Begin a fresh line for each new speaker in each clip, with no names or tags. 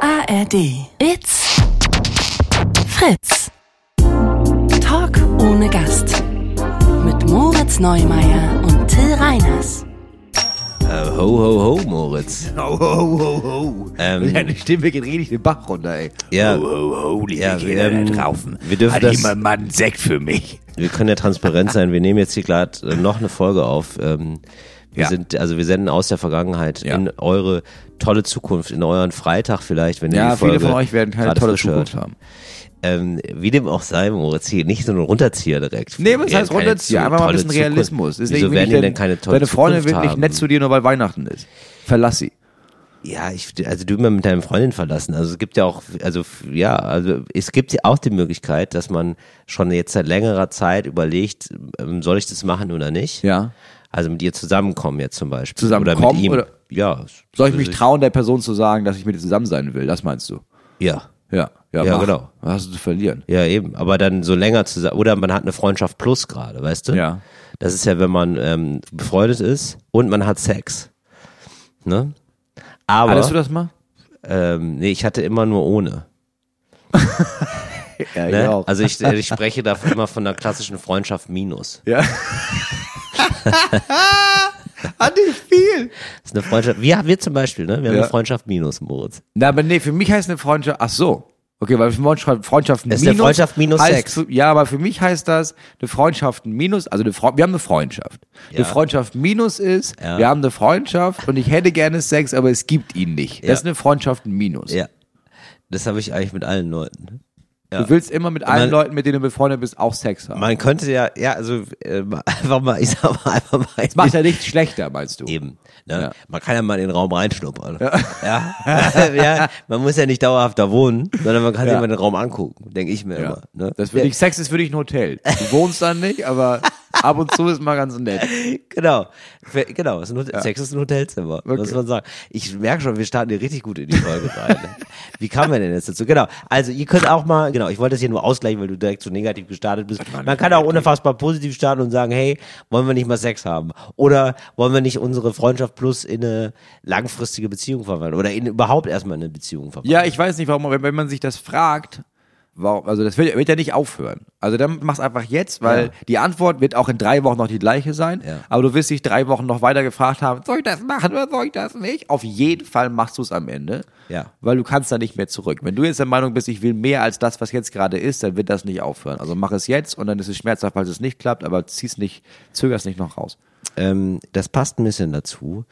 ARD. It's Fritz. Talk ohne Gast. Mit Moritz Neumeier und Till Reiners.
Äh, ho, ho, ho, Moritz.
Ho, ho, ho, ho.
Ähm.
Mit deiner Stimme geht richtig den Bach runter, ey.
Ja.
Ho, ho, ho, liebe
Ja,
Kinder
ähm,
da draußen.
wir dürfen
Hat
das-
jemand mal einen Sekt für mich?
Wir können ja transparent sein. Wir nehmen jetzt hier gerade äh, noch eine Folge auf. Ähm, wir
Ja.
sind, also wir senden aus der Vergangenheit
Ja.
in eure tolle Zukunft, in euren Freitag vielleicht, wenn ihr
Ja,
die Folge
viele von euch werden keine
gerade
tolle
frisch hört.
Zukunft haben.
Ähm, wie dem auch sei, Moritz, hier nicht so ein Runterzieher direkt.
Nee, was
Ja,
heißt
keine
runterziehen?
zu-
Einfach mal ein
tolle
bisschen
Zukunft.
Realismus.
Wieso
will
werden
ich
die denn keine tolle
Deine Freundin
Zukunft
wird nicht
haben?
nett zu dir, nur weil Weihnachten ist. Verlass sie.
Ja, ich, also du immer mit deinem Freundin verlassen. Also es gibt ja auch, also ja, also es gibt ja auch die Möglichkeit, dass man schon jetzt seit längerer Zeit überlegt, ähm, soll ich das machen oder nicht?
Ja.
Also mit ihr zusammenkommen jetzt zum Beispiel. oder
Zusammenkommen
mit ihm.
oder-
Ja. Also
Soll ich mich trauen, der Person zu sagen, dass ich mit ihr zusammen sein will? Das meinst du?
Ja.
Ja. Ja,
Ja,
mach.
genau.
Was hast du zu verlieren?
Ja, eben. Aber dann so länger zusammen. Oder man hat eine Freundschaft plus gerade, weißt du?
Ja.
Das ist ja, wenn man ähm, befreundet ist und man hat Sex. Ne? Aber.
Hattest du das mal?
Ähm, nee, ich hatte immer nur ohne.
Ja,
Ne? Also ich, ich spreche da immer von einer klassischen Freundschaft minus.
ja. Hatte ich viel.
Das ist eine Freundschaft. Wir, wir zum Beispiel, ne? Wir haben
Ja.
eine Freundschaft minus, Moritz.
Na, aber nee, für mich heißt eine Freundschaft, ach so. Okay, weil Freundschaft, Freundschaft
Es
minus.
ist eine Freundschaft minus
heißt,
Sex.
für- Ja, aber für mich heißt das, eine Freundschaft minus, also eine Fre wir haben eine Freundschaft.
Ja.
Eine Freundschaft minus ist,
Ja.
wir haben eine Freundschaft und ich hätte gerne Sex, aber es gibt ihn nicht. Das
Ja.
ist eine Freundschaft minus.
Ja. Das habe ich eigentlich mit allen Leuten. ne?
Du willst immer mit
man-
allen Leuten, mit denen du befreundet bist, auch Sex haben.
Man könnte ja, ja, also äh, einfach mal, ich sag mal einfach mal.
Das macht ja nichts schlechter, meinst du?
Eben. Ne?
Ja.
Man kann ja mal in den Raum reinschnuppern. Ja. Ja. Man muss ja nicht dauerhaft da wohnen, sondern man kann sich
Ja.
mal den Raum angucken, denke ich mir immer. Ne?
Das würde ich, Sex ist für dich ein Hotel. Du wohnst dann nicht, aber ab und zu ist mal ganz nett.
Genau. Fe- Genau, es ist ein Hotel, Sex ist ein Hotelzimmer, muss man sagen. Ich merke schon, wir starten hier richtig gut in die Folge rein. ne? Wie kamen wir denn jetzt dazu? Genau, also ihr könnt auch mal, genau, ich wollte das hier nur ausgleichen, weil du direkt so negativ gestartet bist. Man kann auch unfassbar positiv starten und sagen, hey, wollen wir nicht mal Sex haben? Oder wollen wir nicht unsere Freundschaft plus in eine langfristige Beziehung verwandeln? Oder in überhaupt erstmal in eine Beziehung verwandeln?
Ja, ich weiß nicht, warum, wenn, wenn man sich das fragt, warum, also das wird, wird ja nicht aufhören. Also dann mach's einfach jetzt, weil
Ja.
die Antwort wird auch in drei Wochen noch die gleiche sein.
Ja.
Aber du wirst dich drei Wochen noch weiter gefragt haben, soll ich das machen oder soll ich das nicht? Auf jeden Fall machst du es am Ende.
Ja.
Weil du kannst da nicht mehr zurück. Wenn du jetzt der Meinung bist, ich will mehr als das, was jetzt gerade ist, dann wird das nicht aufhören. Also mach es jetzt und dann ist es schmerzhaft, falls es nicht klappt, aber zieh's nicht, zöger's nicht noch raus.
ähm, das passt ein bisschen dazu.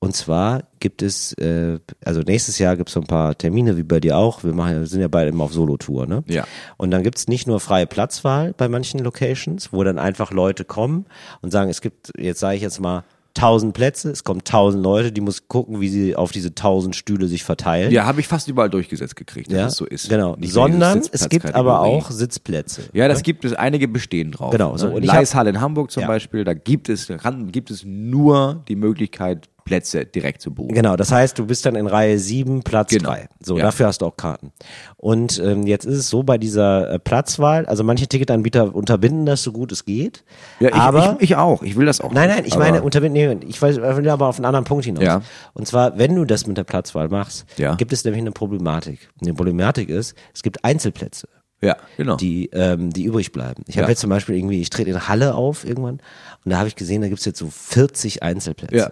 Und zwar gibt es, äh, also nächstes Jahr gibt es so ein paar Termine, wie bei dir auch. Wir machen, ja- sind ja beide immer auf Solo-Tour, ne?
Ja.
Und dann gibt es nicht nur freie Platzwahl bei manchen Locations, wo dann einfach Leute kommen und sagen, es gibt, jetzt sage ich jetzt mal, 1000 Plätze, es kommen 1000 Leute, die muss gucken, wie sie auf diese 1000 Stühle sich verteilen.
Ja, habe ich fast überall durchgesetzt gekriegt, dass
Ja,
es so ist.
Genau.
Nicht mehr diese
Sondern es gibt aber
Sitzplatzkategorie.
auch Sitzplätze.
Ja, das gibt es, einige bestehen drauf.
Ne? Genau, so.
Ne?
Und
In
ich hab-
Leishall in Hamburg zum
Ja.
Beispiel, da gibt es, da kann, gibt es nur die Möglichkeit, Plätze direkt zu buchen.
Genau, das heißt, du bist dann in Reihe 7, Platz
Genau.
3. So,
Ja.
dafür hast du auch Karten. Und ähm, jetzt ist es so bei dieser äh, Platzwahl, also manche Ticketanbieter unterbinden das so gut es geht.
Ja, ich,
aber
ich, ich auch. Ich will das auch.
nein,
nicht,
nein, ich meine
aber-
unterbinden, nee, ich weiß, ich will aber auf einen anderen Punkt hinaus.
Ja.
Und zwar, wenn du das mit der Platzwahl machst,
Ja.
gibt es nämlich eine Problematik. Und die Problematik ist, es gibt Einzelplätze
Ja, genau.
die, ähm, die übrig bleiben. Ich habe
Ja.
jetzt zum Beispiel irgendwie, ich trete in Halle auf irgendwann und da habe ich gesehen, da gibt's jetzt so 40 Einzelplätze.
Ja.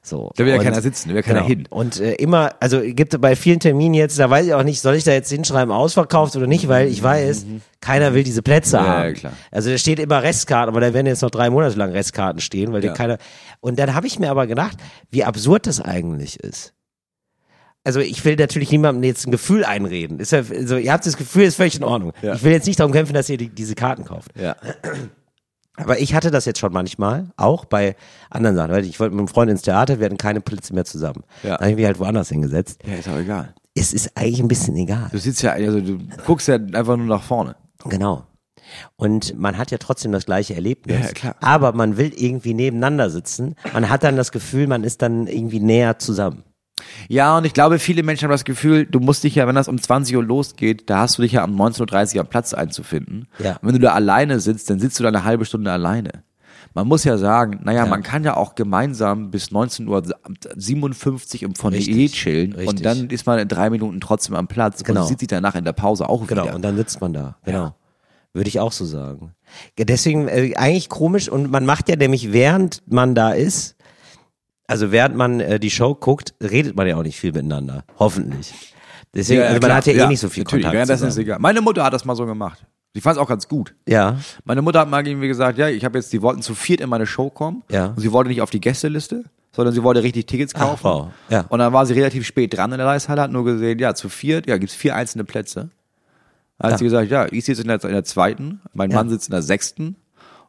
So.
Da will ja
Und-
keiner sitzen, da will ja keiner hin.
Und äh, immer, also gibt bei vielen Terminen jetzt, da weiß ich auch nicht, soll ich da jetzt hinschreiben, ausverkauft oder nicht, weil ich weiß, keiner will diese Plätze
Mhm. ja,
haben.
klar.
Also da steht immer Restkarten, aber da werden jetzt noch drei Monate lang Restkarten stehen, weil die
Ja.
keiner. Und dann habe ich mir aber gedacht, wie absurd das eigentlich ist. Also ich will natürlich niemandem jetzt ein Gefühl einreden. Ist ja, also ihr habt das Gefühl, ist völlig in Ordnung.
Ja.
Ich will jetzt nicht darum kämpfen, dass ihr die, diese Karten kauft.
ja.
Aber ich hatte das jetzt schon manchmal, auch bei anderen Sachen. Weil ich wollte mit einem Freund ins Theater, wir hatten keine Plätze mehr zusammen.
Ja.
Dann habe ich mich halt woanders hingesetzt.
ja, ist auch egal.
Es ist eigentlich ein bisschen egal.
Du sitzt ja, also du guckst ja einfach nur nach vorne.
Genau. Und man hat ja trotzdem das gleiche Erlebnis.
Ja, klar.
Aber man will irgendwie nebeneinander sitzen. Man hat dann das Gefühl, man ist dann irgendwie näher zusammen.
Ja, und ich glaube, viele Menschen haben das Gefühl, du musst dich ja, wenn das um 20 Uhr losgeht, da hast du dich ja um 19.30 Uhr am Platz einzufinden.
Ja.
Und wenn du da alleine sitzt, dann sitzt du da eine halbe Stunde alleine. Man muss ja sagen, naja, man kann ja auch gemeinsam bis 19.57 Uhr im Foyer
Richtig,
chillen und
richtig.
dann ist man in drei Minuten trotzdem am Platz
Genau.
und sieht sich danach in der Pause auch
Genau,
wieder.
und dann sitzt man da. Genau. Würde ich auch so sagen. Ja, Deswegen äh, eigentlich komisch und man macht ja nämlich, während man da ist, also während man äh, die Show guckt, redet man ja auch nicht viel miteinander. Hoffentlich. Deswegen, also man
klar.
hat ja, eh nicht so viel
natürlich,
Kontakt.
währenddessen ist
Zusammen.
egal. Meine Mutter hat das mal so gemacht. Ich fand es auch ganz gut.
Ja,
Meine Mutter hat mal gegen mich gesagt, ja, ich habe jetzt, die wollten zu viert in meine Show kommen.
Ja.
Und sie wollte nicht auf die Gästeliste, sondern sie wollte richtig Tickets
Ach,
kaufen.
wow. Ja.
Und dann war sie relativ spät dran in der Reishalle, hat nur gesehen, ja, zu viert, ja, gibt's vier einzelne Plätze. Dann hat
Ja.
sie gesagt, ja, ich sitze in der, in der zweiten, mein Mann sitzt in der sechsten.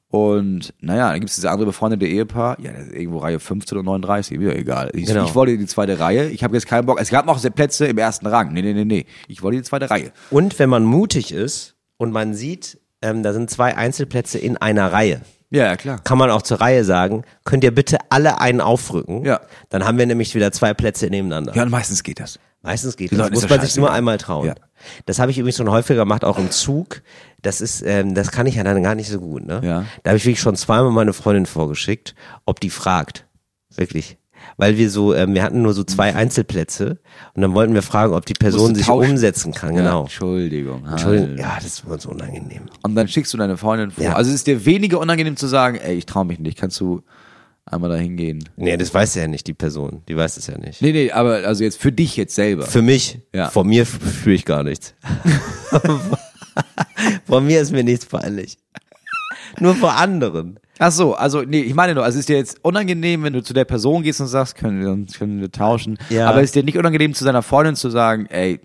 Und naja, dann gibt's diese andere befreundete Ehepaar, ja, das ist irgendwo Reihe 15 oder 39, mir egal. Ich,
Genau.
ich wollte in die zweite Reihe, ich habe jetzt keinen Bock. Es gab noch Plätze im ersten Rang. Nee, nee, nee, nee. Ich wollte in die zweite Reihe.
Und wenn man mutig ist und man sieht, ähm, da sind zwei Einzelplätze in einer Reihe,
Ja, ja, klar.
kann man auch zur Reihe sagen, könnt ihr bitte alle einen aufrücken?
Ja.
Dann haben wir nämlich wieder zwei Plätze nebeneinander.
Ja, und meistens geht das.
Meistens geht
Die
das.
Leute
Muss
ist doch
man sich nur
scheißegal.
einmal trauen.
Ja.
Das habe ich übrigens schon häufiger gemacht, auch im Zug. Das ist, ähm, das kann ich ja dann gar nicht so gut. Ne?
Ja.
Da habe ich wirklich schon zweimal meine Freundin vorgeschickt, ob die fragt. Wirklich. Weil wir so, ähm, wir hatten nur so zwei Einzelplätze und dann wollten wir fragen, ob die Person
Musst du
sich
tauschen.
umsetzen kann.
Ja,
Genau.
Entschuldigung.
Entschuldigung. Ja, das ist uns unangenehm.
Und dann schickst du deine Freundin vor.
Ja.
Also es ist dir weniger unangenehm zu sagen, ey, ich traue mich nicht, kannst du einmal da hingehen?
Nee, das weiß ja nicht die Person. Die weiß es ja nicht.
Nee, nee, aber also jetzt für dich jetzt selber.
Für mich,
Ja.
von mir f- fühle ich gar nichts. von mir ist mir nichts peinlich. Nur vor anderen.
Ach so, also nee, ich meine nur, also es ist dir jetzt unangenehm, wenn du zu der Person gehst und sagst, können wir, uns- können wir tauschen.
Ja.
Aber es ist dir nicht unangenehm, zu seiner Freundin zu sagen, ey,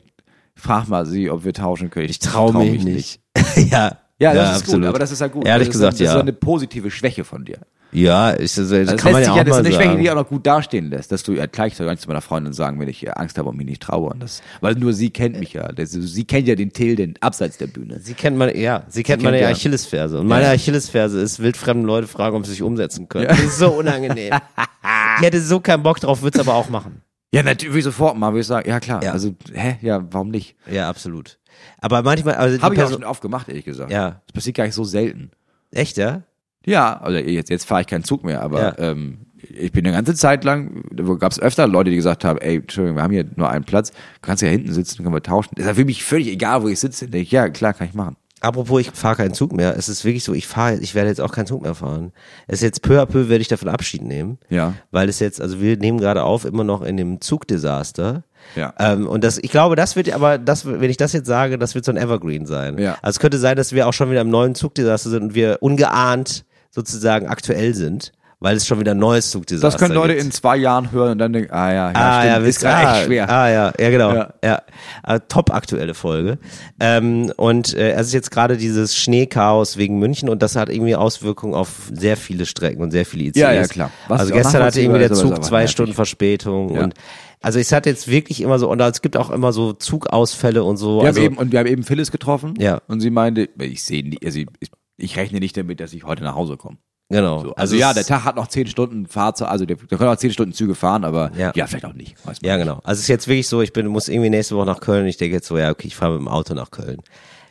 frag mal sie, ob wir tauschen können.
Ich traue mich, nicht. ja.
Ja, das ist gut, aber das ist ja gut.
Ehrlich
das
gesagt,
ist, das
ja.
ist so eine positive Schwäche von dir.
ja, ich, das, das
Das
kann man ja
Also lässt sich
auch
ja, das ist
mal
eine Schwäche, die
sagen.
auch noch gut dastehen lässt, dass du ja gleich so ganz zu meiner Freundin sagen, wenn ich äh, Angst habe und mich nicht traue. Und das, weil nur sie kennt mich ja. Das, sie kennt ja den Tilden abseits der Bühne.
Sie kennt meine, ja, sie kennt
kennt
meine
ja.
Achillesferse. Und meine
Ja.
Achillesferse ist, wildfremden Leute fragen, ob sie sich umsetzen können. Das ist so unangenehm. ich hätte so keinen Bock drauf, würde es aber auch machen.
Ja, natürlich sofort mal, würde ich sagen. Ja, klar.
Ja.
Also, hä? Ja, warum nicht?
Ja, absolut. Aber manchmal, also die
Habe ich auch
Person,
schon oft gemacht, ehrlich gesagt.
Ja.
Das passiert gar nicht so selten.
echt, ja?
Ja, also jetzt, jetzt fahre ich keinen Zug mehr, aber ähm, ich bin eine ganze Zeit lang, gab es öfter Leute, die gesagt haben, ey, Entschuldigung, wir haben hier nur einen Platz, kannst ja hinten sitzen, können wir tauschen. Ist ja für mich völlig egal, wo ich sitze. Denk ich, ja, klar, kann ich machen.
Apropos, ich fahre keinen Zug mehr. Es ist wirklich so, ich fahre, ich werde jetzt auch keinen Zug mehr fahren. Es ist jetzt peu à peu werde ich davon Abschied nehmen.
Ja.
Weil es jetzt, also wir nehmen gerade auf, immer noch in dem Zugdesaster.
Ja.
Ähm, und das, ich glaube, das wird aber, das, wenn ich das jetzt sage, das wird so ein Evergreen sein.
Ja.
Also es könnte sein, dass wir auch schon wieder im neuen Zugdesaster sind und wir ungeahnt sozusagen aktuell sind, weil es schon wieder ein neues Zugdesaster
Das können Leute
gibt.
in zwei Jahren hören und dann denken, ah ja, ja,
Ah,
stimmt,
ja,
ist
wisst-
gerade
ah,
echt schwer.
Ah, ja, ja, genau.
Ja.
Ja. Aber top aktuelle Folge. Ähm, und äh, es ist jetzt gerade dieses Schneechaos wegen München und das hat irgendwie Auswirkungen auf sehr viele Strecken und sehr viele ICEs.
Ja, ja, klar. Was
also
ich auch
gestern hatte irgendwie der
nachvollziehbar ist, aber
Zug
ist
zwei
aber nervig.
Stunden Verspätung
Ja.
und also es hat jetzt wirklich immer so, und es gibt auch immer so Zugausfälle und so.
Wir
also,
haben eben, und wir haben eben Phyllis getroffen
Ja.
und sie meinte, ich sehe nicht, also ich, ich rechne nicht damit, dass ich heute nach Hause komme.
genau.
So, also, ja,
es-
der Tag hat noch zehn Stunden Fahrzeit, also der, da können auch zehn Stunden Züge fahren, aber ja,
Ja.
vielleicht auch nicht. Weiß man
Ja,
nicht.
genau. Also es ist jetzt wirklich so, ich bin, muss irgendwie nächste Woche nach Köln. Ich denke jetzt so, ja, okay, ich fahre mit dem Auto nach Köln.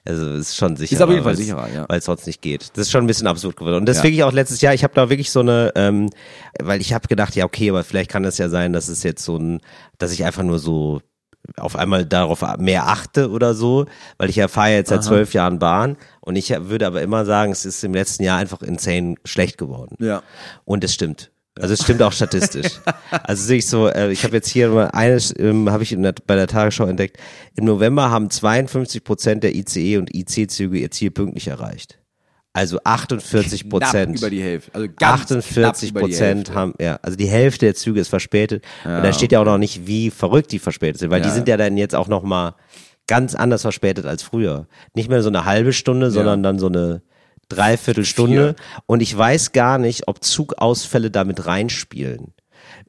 Also es ist schon sicherer.
auf jeden Fall
weil's-
sicherer, ja.
Weil es sonst nicht geht. Das ist schon ein bisschen absurd geworden. Und das
Ja.
wirklich auch letztes Jahr, ich habe da wirklich so eine, ähm, weil ich habe gedacht, ja, okay, aber vielleicht kann das ja sein, dass es jetzt so ein, dass ich einfach nur so auf einmal darauf mehr achte oder so, weil ich ja fahre jetzt seit zwölf Jahren Bahn und ich würde aber immer sagen, es ist im letzten Jahr einfach insane schlecht geworden.
Ja.
Und es stimmt. Also es stimmt auch statistisch. also sehe ich so, äh, ich habe jetzt hier mal eines, ähm, habe ich in der, bei der Tagesschau entdeckt. Im November haben 52 Prozent der ICE und IC-Züge ihr Ziel pünktlich erreicht. Also 48
Knapp über
Prozent.
die Hälfte. Also ganz knapp
48
über die
Prozent
Hälfte.
haben, ja, also die Hälfte der Züge ist verspätet. und da steht ja auch noch nicht, wie verrückt die verspätet sind, weil
Ja.
die sind ja dann jetzt auch noch mal ganz anders verspätet als früher. Nicht mehr so eine halbe Stunde, sondern dann so eine Dreiviertelstunde. Und ich weiß gar nicht, ob Zugausfälle damit reinspielen.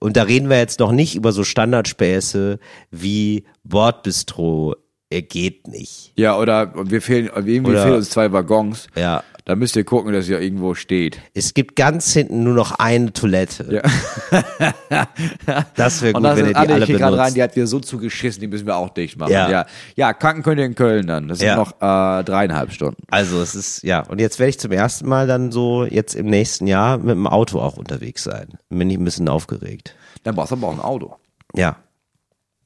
Und da reden wir jetzt noch nicht über so Standardspäße wie Bordbistro er geht nicht.
Ja, oder wir fehlen, irgendwie
Oder-
fehlen uns zwei Waggons.
Ja.
Da müsst ihr gucken, dass ihr irgendwo steht.
Es gibt ganz hinten nur noch eine Toilette. das wäre gut,
Und
wenn
da sind
ihr die
alle, ich
alle
krieg gerade
benutzt.
rein, die hat wir so zugeschissen, die müssen wir auch dicht machen.
Ja.
ja. Ja, Kranken könnt ihr in Köln dann. Das sind
Ja.
noch äh, dreieinhalb Stunden.
also es ist, ja, und jetzt werde ich zum ersten Mal dann so jetzt im nächsten Jahr mit dem Auto auch unterwegs sein. Bin ich ein bisschen aufgeregt.
Dann brauchst du aber auch ein Auto.
Ja.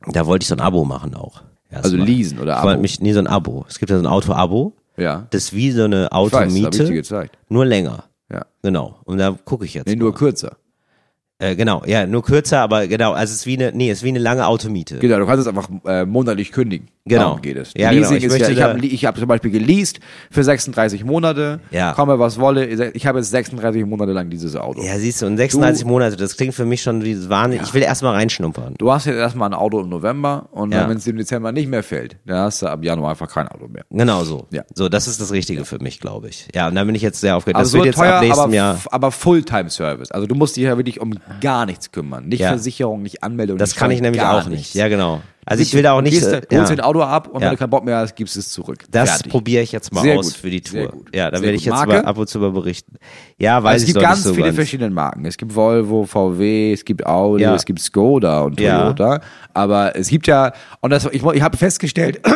Da wollte ich so ein Abo machen auch.
Also leasen oder
Ich
Abo.
wollte mich, nee, so ein Abo. Es gibt ja so ein Auto-Abo.
Ja.
Das ist wie so eine
weiß, das hab ich
Automiete.
dir gezeigt.
Nur länger.
Ja.
Genau. Und da gucke ich jetzt.
Nee, nur kürzer.
äh, genau, ja, nur kürzer, aber genau. Also es ist wie eine, nee, es ist wie eine lange Automiete.
Genau, du kannst es einfach äh, monatlich kündigen.
Genau.
Darum geht es.
Ja, genau.
Leasing
Ich
ist ja,
möchte
ich
da-
habe ich hab zum Beispiel geleast für 36 Monate.
Ja.
Komme, was wolle. Ich habe jetzt 36 Monate lang dieses Auto.
Ja, siehst du, und 36 Monate, das klingt für mich schon wie wahnsinnig. Ich will erstmal reinschnuppern.
Du hast jetzt erstmal ein Auto im November und
Ja.
dann, wenn es dir im Dezember nicht mehr fällt, dann hast du ab Januar einfach kein Auto mehr.
Genau so.
Ja.
So, das ist das Richtige für mich, glaube ich. Ja, und da bin ich jetzt sehr aufgeregt.
Also
das wird jetzt ab nächstem
aber,
Jahr.
aber Fulltime-Service. Also du musst dich ja wirklich um gar nichts kümmern. Nicht
Ja.
Versicherung, nicht Anmeldung.
Das
nicht
kann
Steuern,
ich nämlich
gar
auch nicht.
nichts.
Ja, genau. Also ich will da auch nicht.
Gehst,
äh,
holst
ja.
dir ein Auto ab und
Ja.
wenn du keinen Bock mehr hast, gibst es zurück.
Das
Fertig.
probiere ich jetzt mal
Sehr
aus
gut,
für die
sehr
Tour.
gut,
Ja, da
sehr
werde
gut.
ich jetzt mal
Marke?
ab und zu mal berichten. Ja,
Aber
weiß
Also es
ich
gibt
noch
ganz
nicht so
viele
ganz.
verschiedene Marken. Es gibt Volvo, VW, es gibt Audi,
Ja.
es gibt Skoda und
Ja.
Toyota. Aber es gibt ja, und das, ich, ich habe festgestellt,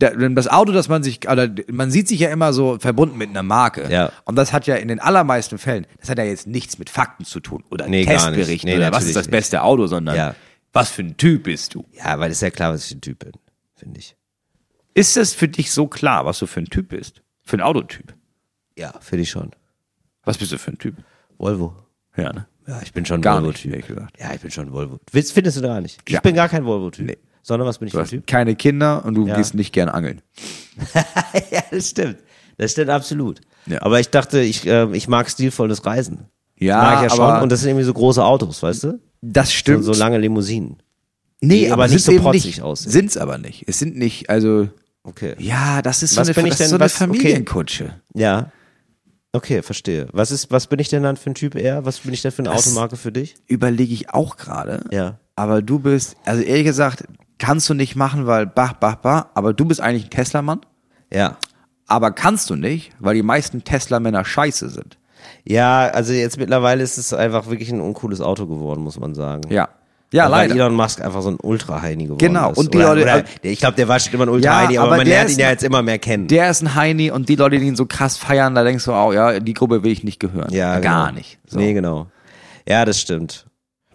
da- wenn das Auto, das man sich, oder man sieht sich ja immer so verbunden mit einer Marke.
Ja.
Und das hat ja in den allermeisten Fällen, das hat ja jetzt nichts mit Fakten zu tun oder
Nee, gar nicht.
Testberichten
Nee,
oder was
natürlich
ist das
nicht.
beste Auto, sondern
Ja.
was für ein Typ bist du?
Ja, weil es ist ja klar, was ich für ein Typ bin, finde ich.
Ist das für dich so klar, was du für ein Typ bist? Für ein Autotyp?
Ja, finde ich schon.
Was bist du für ein Typ?
Volvo.
Ja, ne?
Ja, ich bin schon
Gar nicht,
Volvo-Typ.
ehrlich gesagt.
Ja, ich bin schon Volvo. Willst- Findest du gar nicht? Ich
Ja.
bin gar kein Volvo-Typ.
Nee.
Sondern was bin ich
Du
für ein
hast
Typ?
keine Kinder und du
Ja.
gehst nicht gern angeln.
ja, das stimmt. Das stimmt absolut.
Ja.
Aber ich dachte, ich, äh, ich mag stilvolles Reisen.
Ja,
das mag ich ja
aber-
schon. Und das sind irgendwie so große Autos, weißt du?
Das
So,
stimmt.
so lange Limousinen.
nee,
die
aber,
aber nicht
sind's
so
eben
protzig
nicht,
aussehen.
Sind's aber nicht. Es sind nicht, also
Okay.
ja, das ist so
Was
eine,
bin ich
das ist
denn-
so eine
was- okay.
Familienkutsche.
Ja. Okay, verstehe. Was ist, was bin ich denn dann für ein Typ eher? Was bin ich denn für eine Automarke für dich?
Überlege ich auch gerade.
Ja.
Aber du bist, also ehrlich gesagt, kannst du nicht machen, weil bach, bach, bach, aber du bist eigentlich ein Tesla-Mann,
Ja.
aber kannst du nicht, weil die meisten Tesla-Männer scheiße sind.
Ja, also jetzt mittlerweile ist es einfach wirklich ein uncooles Auto geworden, muss man sagen.
Ja. Ja,
weil
leider.
Elon Musk einfach so ein Ultra-Heini geworden
Genau,
ist.
und die
oder,
Leute-
oder, der- ich glaube, der war schon immer ein Ultra-Heini,
Ja,
aber,
aber
man
der
lernt ihn
ist-
ja jetzt immer mehr kennen.
der ist ein Heini und die Leute, die ihn so krass feiern, da denkst du, oh ja, die Gruppe will ich nicht gehören.
ja,
Gar
genau.
nicht. So.
Nee, genau. Ja, das stimmt.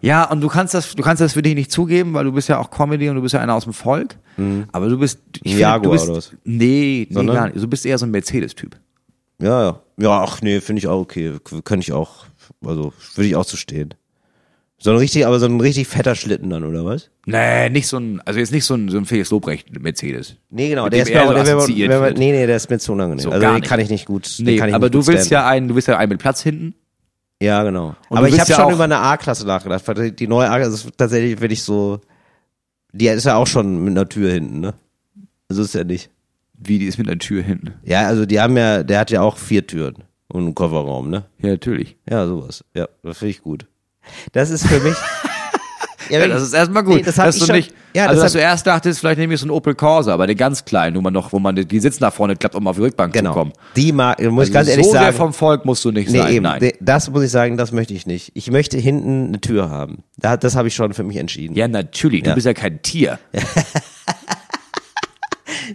Ja, und du kannst das, du kannst das für dich nicht zugeben, weil du bist ja auch Comedy und du bist ja einer aus dem Volk. Aber du bist,
Mhm.
ich
Ein
finde,
Jaguar
du bist,
oder was?
nee, nee,
Sondern?
gar nicht. Also Du bist eher so ein Mercedes-Typ.
Ja, ja. Ja, ach nee, finde ich auch okay. K- Könnte ich auch, also würde ich auch zu stehen. So ein richtig, aber so ein richtig fetter Schlitten dann, oder was?
Nee, nicht so ein, also jetzt nicht so ein, so ein Felix Lobrecht Mercedes.
Nee, genau.
Mit
Der
dem
ist mir
er so
auch, der wäre-
assoziiert
wäre-
wird.
nee, nee, der ist mir zu unangenehm.
So,
also
gar
den
nicht.
kann ich nicht gut. den
Nee,
kann ich
aber
nicht
du
gut
willst
stemmen.
ja einen, du willst ja einen mit Platz hinten.
Ja, genau.
Und
aber
du
ich
bist
habe
ja
schon
auch-
über eine A-Klasse nachgedacht. weil Die neue A-Klasse das ist tatsächlich, wenn ich so. Die ist ja auch schon mit einer Tür hinten, ne? Also ist ja nicht.
Wie, die ist mit einer Tür hinten.
Ja, also die haben ja, der hat ja auch vier Türen und einen Kofferraum, ne?
Ja, natürlich.
Ja, sowas. Ja, das finde ich gut. Das ist für mich. ja,
Ja,
wirklich.
das ist erstmal gut.
Nee, das hab
dass
ich
du
schon-
nicht,
Ja,
also,
das hab-
dass du erst dachtest, vielleicht nehme ich so einen Opel Corsa, aber den ganz kleinen, wo man noch, wo man die- die Sitze nach vorne klappt, um auf die Rückbank zu
genau.
kommen.
Die mag, muss ich ganz
Also
ehrlich
so der
sagen.
vom Volk musst du nicht
Nee,
sein.
eben.
Nein.
De- Das muss ich sagen, das möchte ich nicht. Ich möchte hinten eine Tür haben. Da- Das habe ich schon für mich entschieden.
Ja, natürlich. Du
Ja.
bist ja kein Tier.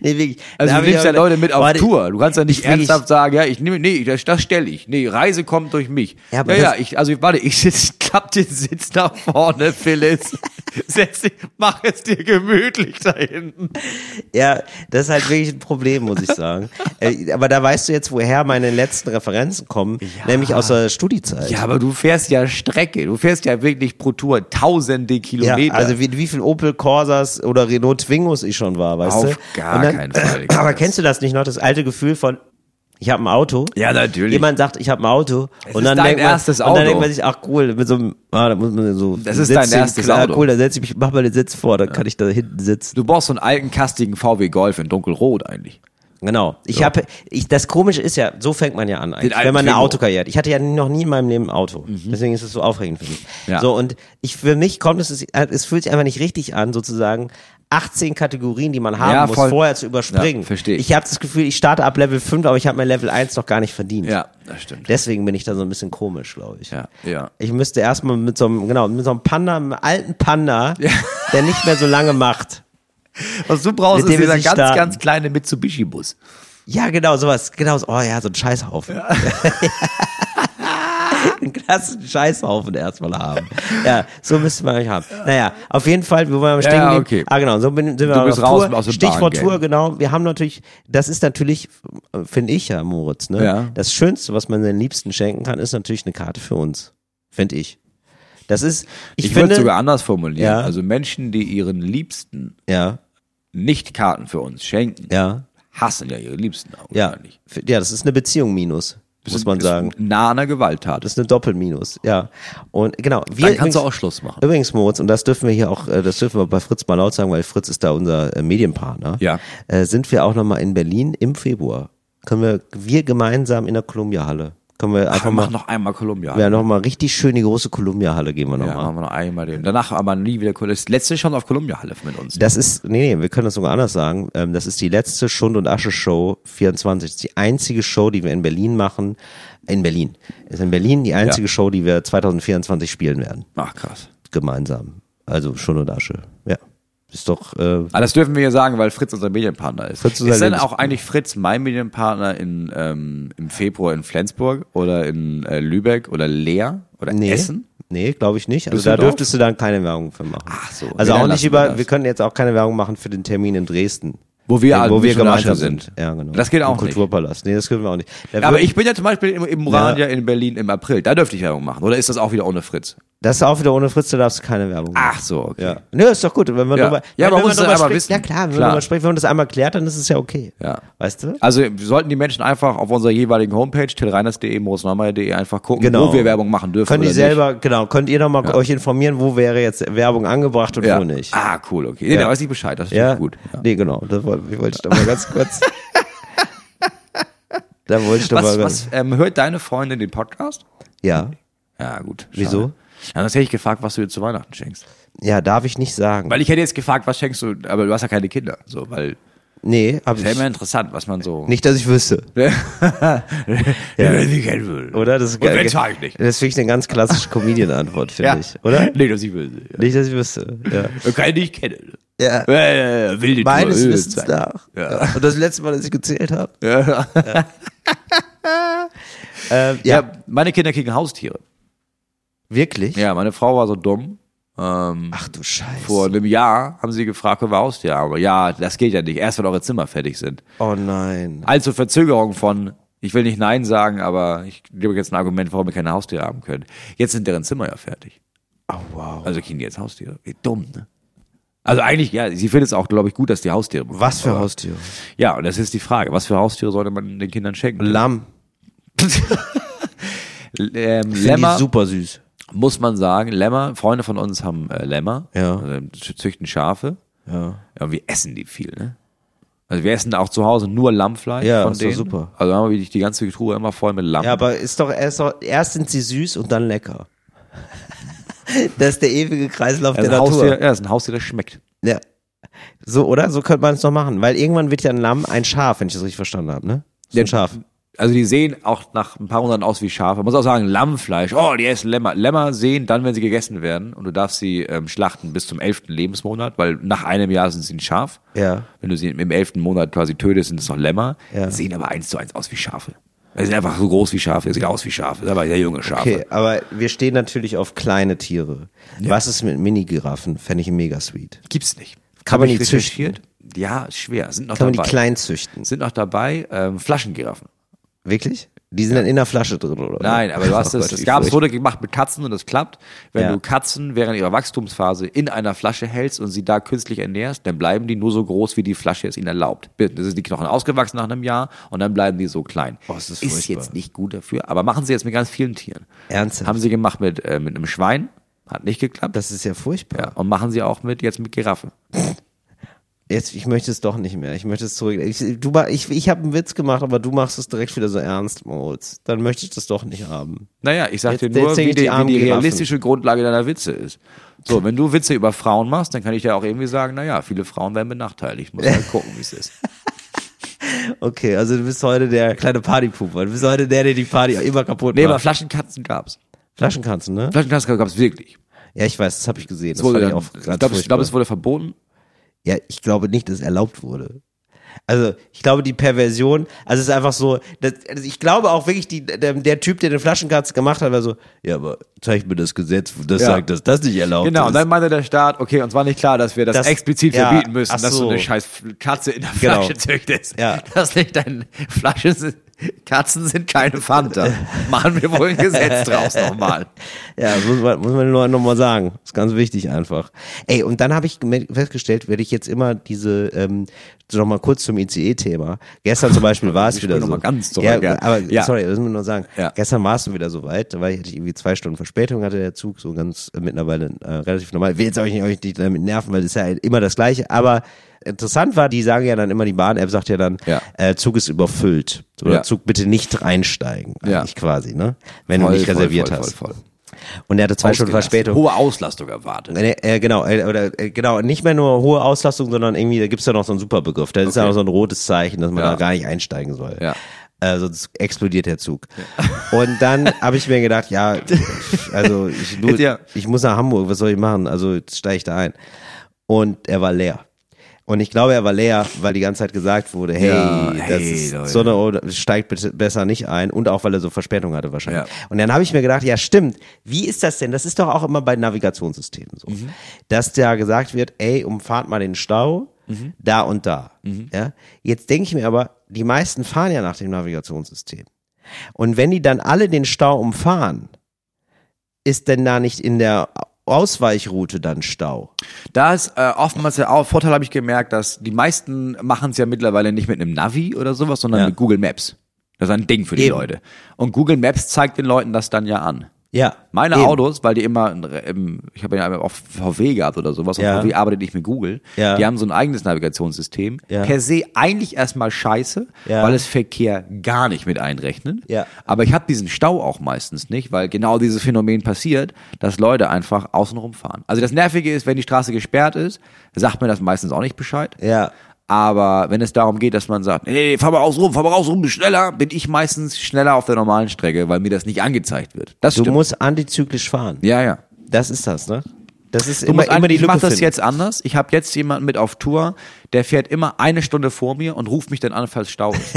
Nee, wirklich.
Also
Da
du
hab ich
nimmst ja
auch-
Leute mit auf
Boah, die-
Tour. Du kannst ja nicht
ich- wirklich-
ernsthaft sagen, ja, ich nehme, nee, das, das stelle ich. Nee, Reise kommt durch mich.
Ja,
Ja,
aber
ja,
das-
ich, also warte, ich sitz, klapp den Sitz nach vorne, Phyllis. Setz dich, mach es dir gemütlich da hinten.
Ja, das ist halt wirklich ein Problem, muss ich sagen. Äh, aber da weißt du jetzt, woher meine letzten Referenzen kommen, nämlich aus der Studiezeit.
Ja, aber du fährst ja Strecke. Du fährst ja wirklich pro Tour tausende
Ja,
Kilometer.
also wie, wie viel Opel Corsas oder Renault Twingos ich schon war, weißt du?
Auf
Und
gar keinen Fall.
Aber kennst du das nicht noch, das alte Gefühl von, ich habe ein Auto?
Ja, natürlich.
Jemand sagt, ich habe ein Auto. und
ist
dann
dein
denkt man,
erstes
Und
Auto.
dann denkt man sich, ach cool, mit so einem, ah, da muss man so.
Das ist
sitzt
dein
hin-
erstes
ah,
Auto.
cool, da setze ich mich, mach mal den Sitz vor, dann kann ich da hinten sitzen.
du brauchst so einen alten, kastigen VW Golf in dunkelrot eigentlich.
Genau. Ich so. habe, ich, das Komische ist ja, so fängt man ja an eigentlich,
alten
wenn man eine
Twingo.
Autokarriere hat. Ich hatte ja noch nie in meinem Leben ein Auto. Deswegen ist es so aufregend für mich.
Ja.
So, und ich, für mich kommt es, es fühlt sich einfach nicht richtig an, sozusagen 18 Kategorien, die man haben
Ja,
muss,
voll.
vorher zu überspringen.
Ja, versteh ich.
Ich habe das Gefühl, ich starte ab Level 5, aber ich habe mein Level 1 noch gar nicht verdient.
Ja, das stimmt.
Deswegen bin ich da so ein bisschen komisch, glaube ich.
Ja, ja.
Ich müsste erstmal mit so einem, genau, mit so einem Panda, einem alten Panda, der nicht mehr so lange macht.
Was du brauchst,
Mit dem
ist dieser
wir sie
ganz,
starten.
ganz kleine Mitsubishi-Bus.
Ja, genau, sowas. Genau, so- oh ja, so ein Scheißhaufen. Einen krassen Scheißhaufen erstmal haben. Ja, so müsste man euch haben. Naja, auf jeden Fall, wir wollen am Stehen
ja,
geblieben.
okay.
Ah, genau, so bin, sind wir
Du bist
auf
raus
Tour.
aus dem
Stichwort
Bahngame.
Tour, genau. Wir haben natürlich, das ist natürlich, äh, finde ich ja, Moritz, ne?
Ja.
Das Schönste, was man seinen Liebsten schenken kann, ist natürlich eine Karte für uns. Finde ich. Das ist, ich,
Ich, würde
finde,
es sogar anders formulieren.
Ja.
Also Menschen, die ihren Liebsten
ja,
nicht Karten für uns schenken,
ja,
hassen ja ihre Liebsten auch.
ja,
oder nicht?
F- ja, das ist eine Beziehung minus, muss man
ist
sagen.
Nah an der Gewalttat.
Das ist eine Doppelminus, ja. Und genau, wir
Dann kannst
übrigens-
du auch Schluss machen.
Übrigens, Moritz, und das dürfen wir hier auch, äh, das dürfen wir bei Fritz mal laut sagen, weil Fritz ist da unser äh, Medienpartner.
Ja.
Äh, Sind wir auch nochmal in Berlin im Februar. Können wir, wir gemeinsam in der Columbia-Halle. Können wir
Ach,
einfach
wir
mal,
machen noch einmal Kolumbia.
ja, nochmal richtig schön die große Columbia-Halle gehen wir
Ja,
nochmal.
machen wir noch einmal den. Danach aber nie wieder Kolumbia. Das letzte schon auf Kolumbia Halle mit uns.
Das ist, nee, nee, wir können das sogar anders sagen. Ähm, das ist die letzte Schund und Asche Show 24. Das ist die einzige Show, die wir in Berlin machen. In Berlin. Ist in Berlin die einzige Show, die wir 2024 spielen werden.
Ach krass.
Gemeinsam. Also Schund und Asche. Ja. Ist doch, äh,
Aber das dürfen wir hier sagen, weil Fritz unser Medienpartner ist.
Fritz
Fritz
unser
ist denn
Lebens-
auch eigentlich Fritz mein Medienpartner in, ähm, im Februar in Flensburg oder in äh, Lübeck oder Leer oder Essen?
Nee, glaube ich nicht. Also da
Düsseldorf?
dürftest du dann keine Werbung für machen.
Ach so. Nee,
Also
dann
auch nicht
lassen wir
über,
das.
wir können jetzt auch keine Werbung machen für den Termin in Dresden.
Wo wir alle
wo wir
Schund und
gemeinsam
Asche sind.
sind. Ja, genau.
Das geht
Im
auch nicht.
Kulturpalast. Nee, das können wir auch nicht. Da
Aber
würd-
ich bin ja zum Beispiel im, im Moradia in Berlin im April. Da dürfte ich Werbung machen. Oder ist das auch wieder ohne Fritz?
das ist auch wieder ohne Fritz, da darfst du keine Werbung machen.
Ach so, okay.
Ja. Nö, ist doch gut. Wenn man
Ah. Ja.
drüber,
Ja,
wenn,
man
wenn
muss es
drüber
aber
spricht,
wissen.
Ja klar, wenn
Klar.
man drüber spricht, wenn man das einmal klärt, dann ist es ja okay.
Ja.
Weißt du?
Also sollten die Menschen einfach auf unserer jeweiligen Homepage, tillreiners.de, moosneumeier.de, einfach gucken,
Genau.
wo wir Werbung machen dürfen.
Könnt
oder
ihr selber, genau, könnt ihr nochmal
Ja.
euch informieren, wo wäre jetzt Werbung angebracht und
nicht. Ja.
wo nicht.
Ah, cool, okay. Nee,
Ja.
Da weiß ich Bescheid, das ist
Ja,
gut. Ja.
Nee, genau. Das wollte, ich wollte ich doch mal ganz kurz. da wollte ich doch
Was,
mal
was ähm, hört deine Freundin den Podcast?
Ja.
Ja, gut. schade.
Wieso?
Ja, sonst hätte ich gefragt, was du ihr zu Weihnachten schenkst.
Ja, darf ich nicht sagen.
Weil ich hätte jetzt gefragt, was schenkst du, aber du hast ja keine Kinder. So, weil
nee, hab
das ist ja immer
ich.
interessant, was man so.
Nicht, dass ich wüsste.
Wenn sie kennen will.
Oder? Das ist
Und wenn
geil.
sag ich nicht.
Das finde ich eine ganz klassische Comedian-Antwort, finde ich. Oder?
Nee, das ich will. Ja.
Nicht, dass ich wüsste. Ja.
Kann ich nicht kennen.
Ja.
Äh, wilde
Meines
Tour, äh,
Wissens
Zeit.
nach.
Ja.
Und das letzte Mal, dass ich gezählt habe.
Ja.
Ähm, ja,
Ja. meine Kinder kriegen Haustiere.
wirklich?
Ja, meine Frau war so dumm. Ähm,
Ach du Scheiße.
vor einem Jahr haben sie gefragt, ob wir Haustiere haben. Aber Ja, das geht ja nicht. Erst, wenn eure Zimmer fertig sind.
Oh nein.
Also Verzögerung von, ich will nicht Nein sagen, aber ich gebe jetzt ein Argument, warum wir keine Haustiere haben können. Jetzt sind deren Zimmer ja fertig.
Oh wow.
Also kriegen die jetzt Haustiere. Wie dumm, ne? Also eigentlich, ja, sie findet es auch, glaube ich, gut, dass die Haustiere bekommen.
Was für Haustier?
Ja, und das ist die Frage. Was für Haustiere sollte man den Kindern schenken?
Lamm.
ähm,
Finde ich
Lämmer,
super süß.
muss man sagen, Lämmer, Freunde von uns haben äh, Lämmer,
Ja.
also züchten Schafe.
Ja.
Ja, und wir essen die viel, ne? Also wir essen auch zu Hause nur Lammfleisch
Ja,
von
ist doch
denen.
super.
Also haben wir wirklich die ganze Truhe immer voll mit Lamm.
Ja, aber ist doch erst, doch- erst sind sie süß und dann lecker. Das ist der ewige Kreislauf
das ist
der
ein
Natur.
Also Haustier, ja, das ist ein Haustier, das schmeckt.
Ja. So, oder? So könnte man es noch machen. Weil irgendwann wird ja ein Lamm ein Schaf, wenn ich das richtig verstanden habe, ne? So ein Schaf.
Also die sehen auch nach ein paar Monaten aus wie Schafe. Man muss auch sagen, Lammfleisch, oh, die essen Lämmer. Lämmer sehen dann, wenn sie gegessen werden. Und du darfst sie ähm, schlachten bis zum elften Lebensmonat, weil nach einem Jahr sind sie ein Schaf.
Ja.
Wenn du sie im elften Monat quasi tötest, sind es noch Lämmer.
Ja.
Die sehen aber eins zu eins aus wie Schafe. Die sind einfach so groß wie Schafe, die sehen aus wie Schafe. Das sind aber sehr junge Schafe.
Okay, aber wir stehen natürlich auf kleine Tiere. Was ist mit Mini-Giraffen? Fände ich mega sweet.
Gibt's nicht.
Kann
Hab
man
ich
die züchten?
recherchiert? Ja, ist schwer. Sind noch
Kann man die
dabei.
klein züchten?
sind noch dabei ähm, Flaschengiraffen.
Wirklich? Die sind dann in der Flasche drin, oder?
Nein, aber du hast
Oh
es.
Gott,
es
wie
gab, es
furcht-
wurde gemacht mit Katzen und das klappt. Wenn
Ja.
du Katzen während ihrer Wachstumsphase in einer Flasche hältst und sie da künstlich ernährst, dann bleiben die nur so groß, wie die Flasche es ihnen erlaubt. Das ist die Knochen ausgewachsen nach einem Jahr und dann bleiben die so klein.
Oh, es ist
ist
furchtbar.
jetzt nicht gut dafür, aber machen sie jetzt mit ganz vielen Tieren.
Ernsthaft?
Haben sie gemacht mit, äh, mit einem Schwein, hat nicht geklappt.
Das ist ja furchtbar.
ja, und machen sie auch mit jetzt mit Giraffe.
Jetzt, ich möchte es doch nicht mehr. Ich möchte es zurück. Ich, du, ma- ich, ich habe einen Witz gemacht, aber du machst es direkt wieder so ernst, Moritz. Dann möchte ich das doch nicht haben.
Naja, ich sag
Jetzt-
dir nur,
jetzt hänge
wie
ich die
die, wie
armen
die
Giraffen.
realistische Grundlage deiner Witze ist. So, wenn du Witze über Frauen machst, dann kann ich dir auch irgendwie sagen, naja, viele Frauen werden benachteiligt. Muss halt gucken, wie es ist.
Okay, also du bist heute der kleine Partypuper. Du bist heute der, der die Party auch immer kaputt
Nee, aber
macht.
Flaschenkatzen gab's.
Flaschenkanzen, ne?
Flaschenkatzen gab's wirklich.
Ja, ich weiß, das habe ich gesehen. Das
Es wurde
fand ich
dann-
auch
ich
ganz
glaube, es- ich
furchtbar.
glaube, es wurde verboten.
Ja, ich glaube nicht, dass es erlaubt wurde. Also, ich glaube, die Perversion, also es ist einfach so, das, also ich glaube auch wirklich, die, der, der Typ, der den Flaschenkatz gemacht hat, war so, ja, aber zeig mir das Gesetz, das
Ja.
sagt, dass das nicht erlaubt
Genau,
ist.
und dann meinte der Staat, okay, uns war nicht klar, dass wir das,
Das-
explizit
ja,
verbieten müssen,
ach
dass du
so.
eine scheiß F- Katze in der
Genau.
Flasche züchtest.
Ja.
Dass nicht deine Flasche sind, Katzen sind keine Fanta. Machen wir wohl ein Gesetz draus nochmal.
Ja, das muss man, muss man den Leuten nochmal sagen. Ist ganz wichtig einfach. Ey, und dann habe ich gemerkt- festgestellt, werde ich jetzt immer diese, ähm, so noch mal kurz zum ICE-Thema. Gestern zum Beispiel war es
Wir
wieder
springen
so.
noch mal ganz zurück,
ja,
ja.
aber
Ja.
sorry, das muss man nur sagen.
Ja.
Gestern war es wieder so weit, da war ich, hatte ich irgendwie zwei Stunden Verspätung, hatte der Zug so ganz äh, mittlerweile äh, relativ normal. Ich will jetzt euch nicht, euch nicht damit nerven, weil das ist ja immer das Gleiche. Aber interessant war, die sagen ja dann immer, die Bahn-App sagt ja dann,
Ja.
Äh, Zug ist überfüllt oder
Ja.
Zug bitte nicht reinsteigen,
Ja.
eigentlich quasi, ne? Wenn du nicht reserviert hast.
Voll, voll.
Und er hatte zwei Stunden
Ausgelastet.
Verspätung.
Hohe Auslastung erwartet.
Nee, äh, genau, äh, oder äh, genau, nicht mehr nur hohe Auslastung, sondern irgendwie, da gibt's ja noch so einen Superbegriff. Da ist ja
Okay.
noch so ein rotes Zeichen, dass man
Ja.
da gar nicht einsteigen soll.
Ja.
Äh, sonst explodiert der Zug. Und dann habe ich mir gedacht, ja, also ich, du,
Ja.
ich muss nach Hamburg, was soll ich machen? Also jetzt steige ich da ein. Und er war leer. Und ich glaube, er war leer, weil die ganze Zeit gesagt wurde, hey,
Ja,
das
hey,
ist
Leute.
so eine oder steigt bitte besser nicht ein und auch weil er so Verspätung hatte wahrscheinlich.
Ja.
Und dann habe ich mir gedacht, ja stimmt, wie ist das denn? Das ist doch auch immer bei Navigationssystemen so,
Mhm.
dass da gesagt wird, ey, umfahrt mal den Stau
Mhm.
da und da. Ja? Jetzt denke ich mir aber, die meisten fahren ja nach dem Navigationssystem. Und wenn die dann alle den Stau umfahren, ist denn da nicht in der Ausweichroute dann Stau?
Da ist äh, oftmals der Au- Vorteil, habe ich gemerkt, dass die meisten machen es ja mittlerweile nicht mit einem Navi oder sowas, sondern
Ja.
mit Google Maps. Das ist ein Ding für die
Eben.
Leute. Und Google Maps zeigt den Leuten das dann ja an.
Ja.
Meine
Eben.
Autos, weil die immer, ein Re- im, ich habe ja auch VW gehabt oder sowas, und
Ja.
VW arbeitet nicht mit Google,
Ja.
die haben so ein eigenes Navigationssystem.
Ja.
Per se eigentlich erstmal scheiße,
Ja.
weil es Verkehr gar nicht mit einrechnet.
Ja.
Aber ich habe diesen Stau auch meistens nicht, weil genau dieses Phänomen passiert, dass Leute einfach außenrum fahren. Also das Nervige ist, wenn die Straße gesperrt ist, sagt mir das meistens auch nicht Bescheid.
Ja.
Aber wenn es darum geht, dass man sagt, nee, nee, nee, fahr mal außen rum, fahr mal außen rum, schneller, bin ich meistens schneller auf der normalen Strecke, weil mir das nicht angezeigt wird. Das
Du
stimmt.
musst antizyklisch fahren.
ja, ja.
Das ist das, ne? Das ist
Du
immer,
musst ein-
immer die
ich
Lücke
mache das
finden.
jetzt anders. Ich habe jetzt jemanden mit auf Tour, der fährt immer eine Stunde vor mir und ruft mich dann an, falls Stau ist.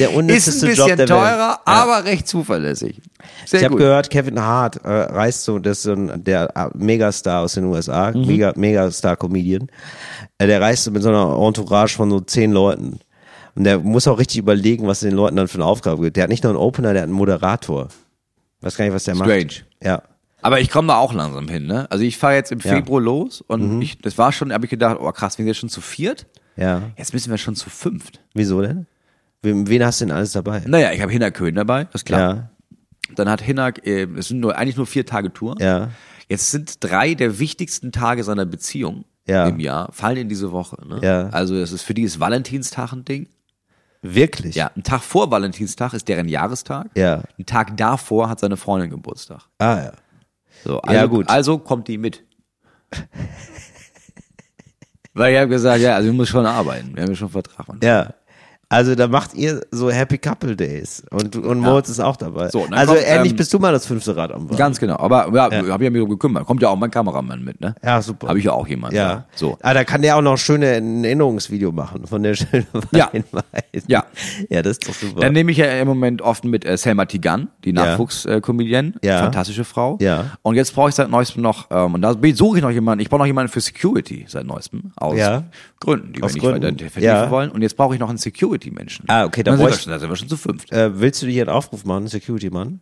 der
ist
unnützeste
ein
Job
bisschen
der Welt.
teurer, aber recht zuverlässig. Sehr
Ich habe
gut.
gehört, Kevin Hart äh, reist so, das ist so ein, der äh, Megastar aus den USA,
Mhm.
Mega, Megastar-Comedian. Äh, der reist so mit so einer Entourage von so zehn Leuten. Und der muss auch richtig überlegen, was er den Leuten dann für eine Aufgabe gibt. Der hat nicht nur einen Opener, der hat einen Moderator. Weiß gar nicht, was der
Strange.
macht. Ja.
Aber ich komme da auch langsam hin, ne? Also ich fahre jetzt im
Ja. Mhm.
Februar los und ich, das war schon, habe ich gedacht, oh krass, wir sind jetzt schon zu viert.
Ja.
Jetzt müssen wir schon zu fünft.
Wieso denn? Wen, wen hast du denn alles dabei?
Naja, ich habe Hinnerk Köhn dabei, das ist klar.
Ja.
Dann hat Hinnerk, äh, es sind nur, eigentlich nur vier Tage Tour.
Ja.
Jetzt sind drei der wichtigsten Tage seiner Beziehung
Ja.
im Jahr, fallen in diese Woche. Ne?
Ja.
Also es ist für die ist Valentinstag ein Ding.
Wirklich?
Ja, ein Tag vor Valentinstag ist deren Jahrestag.
Ja.
Ein Tag davor hat seine Freundin Geburtstag.
Ah, ja.
So, also,
Ja, gut.
Also kommt die mit. Weil ich habe gesagt, ja, also wir müssen schon arbeiten. Wir haben ja schon einen Vertrag. Mann.
Ja. Also da macht ihr so Happy Couple Days und, und Moritz ist auch dabei.
So, dann
also
kommt,
ähnlich
ähm,
bist du mal das fünfte Rad am Wagen.
Ganz genau. Aber ja, habe ich mich drum gekümmert. Kommt ja auch mein Kameramann mit, ne?
Ja, super.
Habe ich ja auch jemanden.
ja.
So.
Ah, da kann der auch noch schöne ein Erinnerungsvideo machen von der schönen
Ja.
Weinweise.
Ja.
Ja, das ist doch super.
Dann nehme ich ja im Moment oft mit äh, Selma Tigan, die Nachwuchs-Comedian.
Ja.
Fantastische Frau.
Ja.
Und jetzt brauche ich seit neuestem noch, ähm, und da suche ich noch jemanden, ich brauche noch jemanden für Security seit neuestem. Aus
Ja.
Gründen, die
Aus
wir nicht
Gründen.
weiter vertiefen
Ja.
wollen. Und jetzt brauche ich noch einen Security-Menschen.
Ah, okay,
da
dann
sind wir
bräuchte-
schon, da sind wir schon zu fünft.
äh, willst du dir einen Aufruf machen, Security Mann?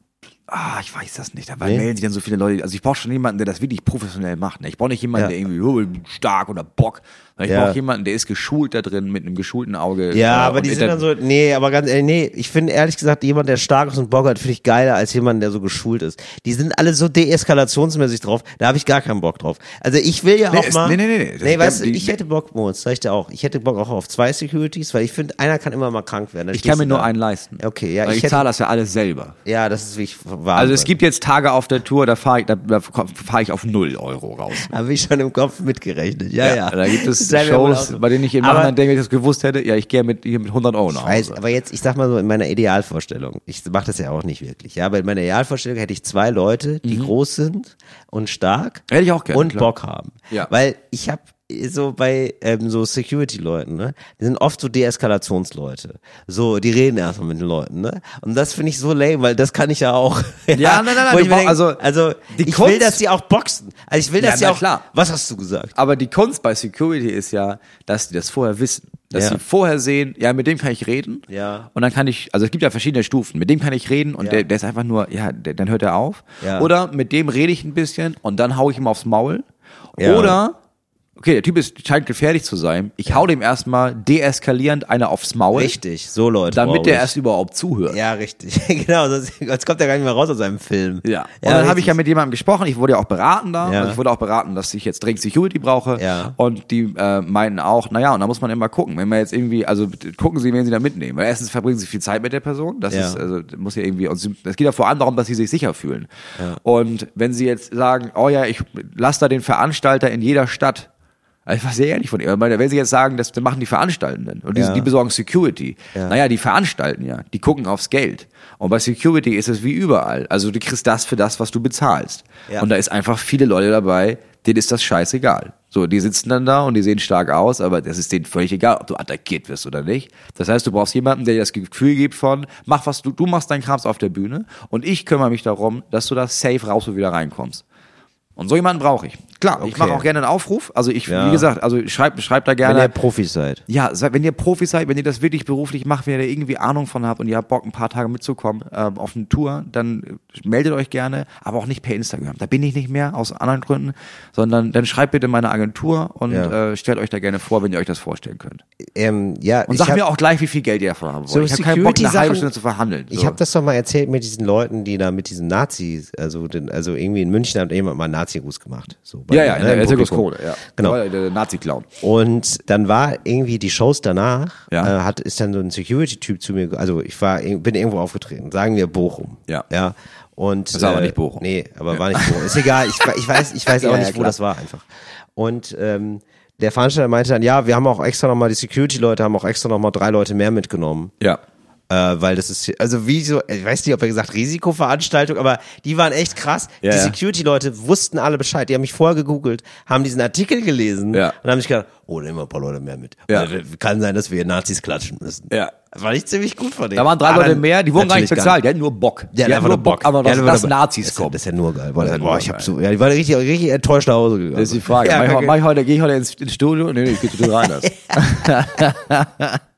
ah, ich weiß das nicht. Dabei melden sich dann so viele Leute. Also ich brauche schon jemanden, der das wirklich professionell macht. Ne? Ich brauche nicht
Ja.
jemanden, der irgendwie oh, stark oder Bock. sondern Ich
Ja.
brauche jemanden, der ist geschult da drin mit einem geschulten Auge.
Ja,
äh,
aber
und
die sind
Inter-
dann so, nee, aber ganz ehrlich, nee, ich finde ehrlich gesagt, jemand, der stark ist und Bock hat, finde ich geiler als jemand, der so geschult ist. Die sind alle so deeskalationsmäßig drauf, da habe ich gar keinen Bock drauf. Also ich will ja
Nee,
auch
es-
mal,
nee, nee, nee, nee, das-
nee weißt du,
der- die-
ich hätte Bock, Moritz, sag ich dir auch, ich hätte Bock auch auf zwei Securities, weil ich finde, einer kann immer mal krank werden. dann
Ich kann
stehst
mir
du
nur
da.
einen leisten.
Okay, ja,
Weil
ich
ich
hätte-
zahle das ja alles selber.
Ja, das ist wirklich wahr.
Also es gibt jetzt Tage auf der Tour, da fahre ich, da, da fahr ich auf null Euro raus.
Habe ich schon im Kopf mitgerechnet, ja, ja.
Da gibt es
Das bleibt mir wohl auch
Shows,
so.
bei denen ich im
Aber-
Nachhinein denke, wenn ich das gewusst hätte, ja, ich gehe mit, hier mit 100 Euro nach
Weiß,
Hause.
aber jetzt, ich sag mal so, in meiner Idealvorstellung, ich mache das ja auch nicht wirklich, ja, aber in meiner Idealvorstellung hätte ich zwei Leute, die groß sind und stark
Mhm. Hätte ich auch gerne,
und
klar.
Bock haben.
Ja.
Weil ich habe so bei ähm, so Security-Leuten, ne, die sind oft so Deeskalationsleute. So, die reden erstmal mit den Leuten, ne? Und das finde ich so lame, weil das kann ich ja auch.
Ja, nein, nein, nein,
Wo
du
ich mir
brauch-
denk,
also,
also
die
ich will,
Kunst-
dass die auch boxen. Also ich will,
Ja,
dass
na
die auch.
klar.
Was hast du gesagt?
Aber die Kunst bei Security ist ja, dass die das vorher wissen. Dass
Ja.
sie vorher sehen, ja, mit dem kann ich reden.
Ja.
Und dann kann ich, also es gibt ja verschiedene Stufen. Mit dem kann ich reden und
Ja.
der, der ist einfach nur, ja, der, dann hört er auf.
Ja.
Oder mit dem rede ich ein bisschen und dann hau ich ihm aufs Maul.
Ja.
Oder, okay, der Typ ist, scheint gefährlich zu sein. Ich hau dem erstmal deeskalierend eine aufs Maul,
Richtig, so Leute.
damit
brauche
der
ich.
erst überhaupt zuhört.
Ja, richtig. genau, sonst, sonst kommt er gar nicht mehr raus aus seinem Film.
Ja. Und dann habe ich ja
richtig.
mit jemandem gesprochen, ich wurde ja auch beraten da,
Ja.
also ich wurde auch beraten, dass ich jetzt dringend Security brauche
Ja.
und die äh, meinten auch, naja, und da muss man immer gucken, wenn man jetzt irgendwie, also gucken Sie, wen Sie da mitnehmen, weil erstens verbringen Sie viel Zeit mit der Person, das
Ja.
ist, also muss ja irgendwie, und sie- es geht ja vor allem darum, dass Sie sich sicher fühlen und wenn Sie jetzt sagen, oh ja, ich lasse da den Veranstalter in jeder Stadt also ich war sehr ehrlich von ihr. Ich meine, Wenn sie jetzt sagen, das machen die Veranstaltenden und die,
Ja.
die besorgen Security. Naja, die veranstalten ja, die gucken aufs Geld. Und bei Security ist es wie überall. Also du kriegst das für das, was du bezahlst.
Ja.
Und da ist einfach viele Leute dabei, denen ist das scheißegal. So, die sitzen dann da und die sehen stark aus, aber das ist denen völlig egal, ob du attackiert wirst oder nicht. Das heißt, du brauchst jemanden, der dir das Gefühl gibt von, mach was du, du machst deinen Krams auf der Bühne und ich kümmere mich darum, dass du da safe raus und wieder reinkommst. Und so jemanden brauche ich. Klar, ich
Okay.
mache auch gerne einen Aufruf. Also ich,
Ja.
wie gesagt, also schreibt schreibt da
Wenn
gerne.
ihr Profis seid.
ja, seid- wenn ihr Profi seid, wenn ihr das wirklich beruflich macht, wenn ihr da irgendwie Ahnung von habt und ihr habt Bock, ein paar Tage mitzukommen ähm, auf eine Tour, dann äh, meldet euch gerne, aber auch nicht per Instagram. Da bin ich nicht mehr, aus anderen Gründen, sondern dann schreibt bitte meine Agentur und
Ja.
äh, stellt euch da gerne vor, wenn ihr euch das vorstellen könnt.
Ähm, ja,
Und
ich
sagt
hab-
mir auch gleich, wie viel Geld ihr davon haben wollt.
So
ich habe keinen Bock, eine halbe
Security-Sachen-
Stunde zu verhandeln. So.
Ich habe das doch mal erzählt mit diesen Leuten, die da mit diesen Nazis, also, den, also irgendwie in München hat jemand mal einen Nazi-Gruß gemacht. So bei
ja, ja,
mir,
in
ne,
der
im
Zirkus
Publikum.
Kohle, ja.
Genau.
Der- Der Nazi-Clown.
Und dann war irgendwie die Shows danach,
Ja.
äh, hat, ist dann so ein Security-Typ zu mir, ge- also ich war, irg- bin irgendwo aufgetreten, sagen wir Bochum.
Ja.
ja. Und, äh,
Das war aber nicht Bochum.
Nee, aber war nicht Bochum. Ist egal, ich, wa- ich weiß, ich weiß auch
Ja, ja,
nicht, wo
klar.
das war einfach. Und ähm, der Veranstalter meinte dann, ja, wir haben auch extra nochmal, die Security-Leute haben auch extra nochmal drei Leute mehr mitgenommen.
Ja.
Äh, weil das ist, hier- also wie so, ich weiß nicht, ob er gesagt Risikoveranstaltung, aber die waren echt krass.
Ja,
die
ja.
Security-Leute wussten alle Bescheid. Die haben mich vorher gegoogelt, haben diesen Artikel gelesen
Ja.
und haben sich gedacht, oh, da nehmen wir ein paar Leute mehr mit.
Ja.
Oder, Kann sein, dass wir hier Nazis klatschen müssen.
Ja.
Das War nicht ziemlich gut von denen.
Da waren drei
Aber
Leute
dann
mehr, die wurden gar
natürlich
nicht bezahlt, die hatten nur Bock.
Ja,
die
einfach
hatten
nur Bock.
aber
ja,
dass,
da war
dass
der Bock.
Nazis
das, ist ja-
kommen.
Das ist ja nur geil. Boah,
Das ist ja
boah,
nur
ich
geil.
hab so, ja, die waren richtig, richtig enttäuscht nach Hause gegangen.
Das ist die Frage.
Ja,
mach, ich,
kacke.
mach ich heute, geh ich heute ins, ins Studio? Nee, nee, ich geh zu rein.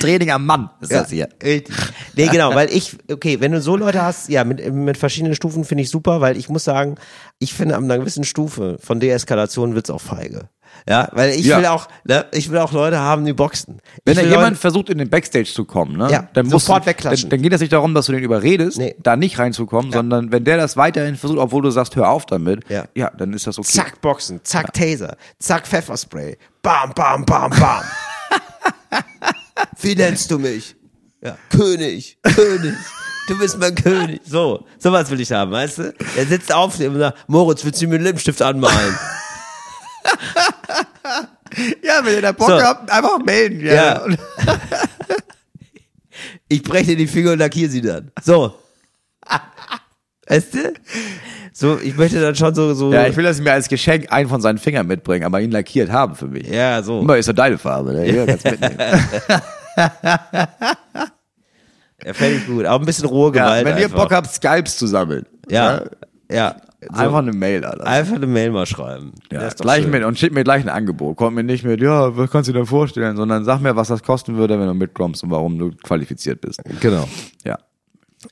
Training am Mann ist das hier.
Richtig. Nee, genau, weil ich, okay, wenn du so Leute hast, ja, mit, mit verschiedenen Stufen finde ich super, weil ich muss sagen, ich finde an einer gewissen Stufe von Deeskalation wird's auch feige. Ja, weil ich
Ja.
will auch, ne, ich will auch Leute haben, die boxen.
Wenn
ich
da
will
jemand
Leute,
versucht, in den Backstage zu kommen, ne,
Ja,
dann musst
sofort
du,
wegklatschen.
Dann, dann geht es nicht darum, dass du den überredest,
Nee.
da nicht reinzukommen, sondern wenn der das weiterhin versucht, obwohl du sagst, hör auf damit,
Ja.
dann ist das okay.
zack, boxen, zack, Taser, zack, Pfefferspray, bam, bam, bam, bam. Wie nennst du mich? Ja, König, König. Du bist mein König. So, sowas will ich haben, weißt du? Er sitzt auf dem und sagt, Moritz, willst du mir einen Lippenstift anmalen?
Ja, wenn ihr da Bock
So.
habt, einfach melden.
Ja. ich breche dir die Finger und lackiere sie dann. So. Weißt du? So, ich möchte dann schon so, so.
Ja, ich will, dass sie mir als Geschenk einen von seinen Fingern mitbringen, aber ihn lackiert haben für mich.
ja so.
Immer ist ja deine Farbe, ne? Ja, kannst mitnehmen.
Ja, fände ich gut. Aber ein bisschen rohe
Ja,
Gewalt.
wenn ihr
einfach.
Bock habt, ne? Skypes zu sammeln.
Ja. Ja. So,
Einfach eine Mail, Alter.
einfach eine Mail mal schreiben.
Ja,
Das ist doch
gleich
schön.
mit und schickt mir gleich ein Angebot. Kommt mir nicht mit, ja, was kannst du dir vorstellen, sondern sag mir, was das kosten würde, wenn du mitkommst und warum du qualifiziert bist.
Genau.
Ja.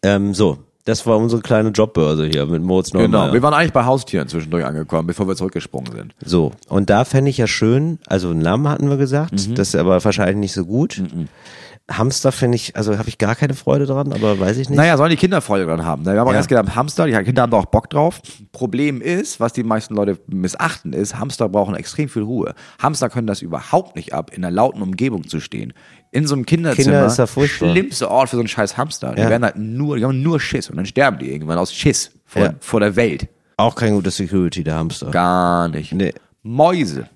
Ähm, so. Das war unsere kleine Jobbörse hier mit Moritz Neumeier.
Genau, wir waren eigentlich bei Haustieren zwischendurch angekommen, bevor wir zurückgesprungen sind.
So, und da fände ich ja schön, also einen Lamm hatten wir gesagt,
Mhm.
das ist aber wahrscheinlich nicht so gut. Hamster finde ich, also habe ich gar keine Freude dran, aber weiß ich nicht.
Naja, sollen die Kinder Freude dran haben. ne? Wir haben auch
Ja.
erst gedacht, Hamster, die Kinder haben da auch Bock drauf. Problem ist, was die meisten Leute missachten, ist, Hamster brauchen extrem viel Ruhe. Hamster können das überhaupt nicht ab, in einer lauten Umgebung zu stehen. In so einem Kinderzimmer,
Kinder ist ja furchtbar.
schlimmste Ort für so einen scheiß Hamster. Die
Ja.
werden halt nur, die haben nur Schiss und dann sterben die irgendwann aus Schiss vor,
Ja.
vor der Welt.
Auch kein gutes Security, der Hamster.
Gar nicht.
Nee.
Mäuse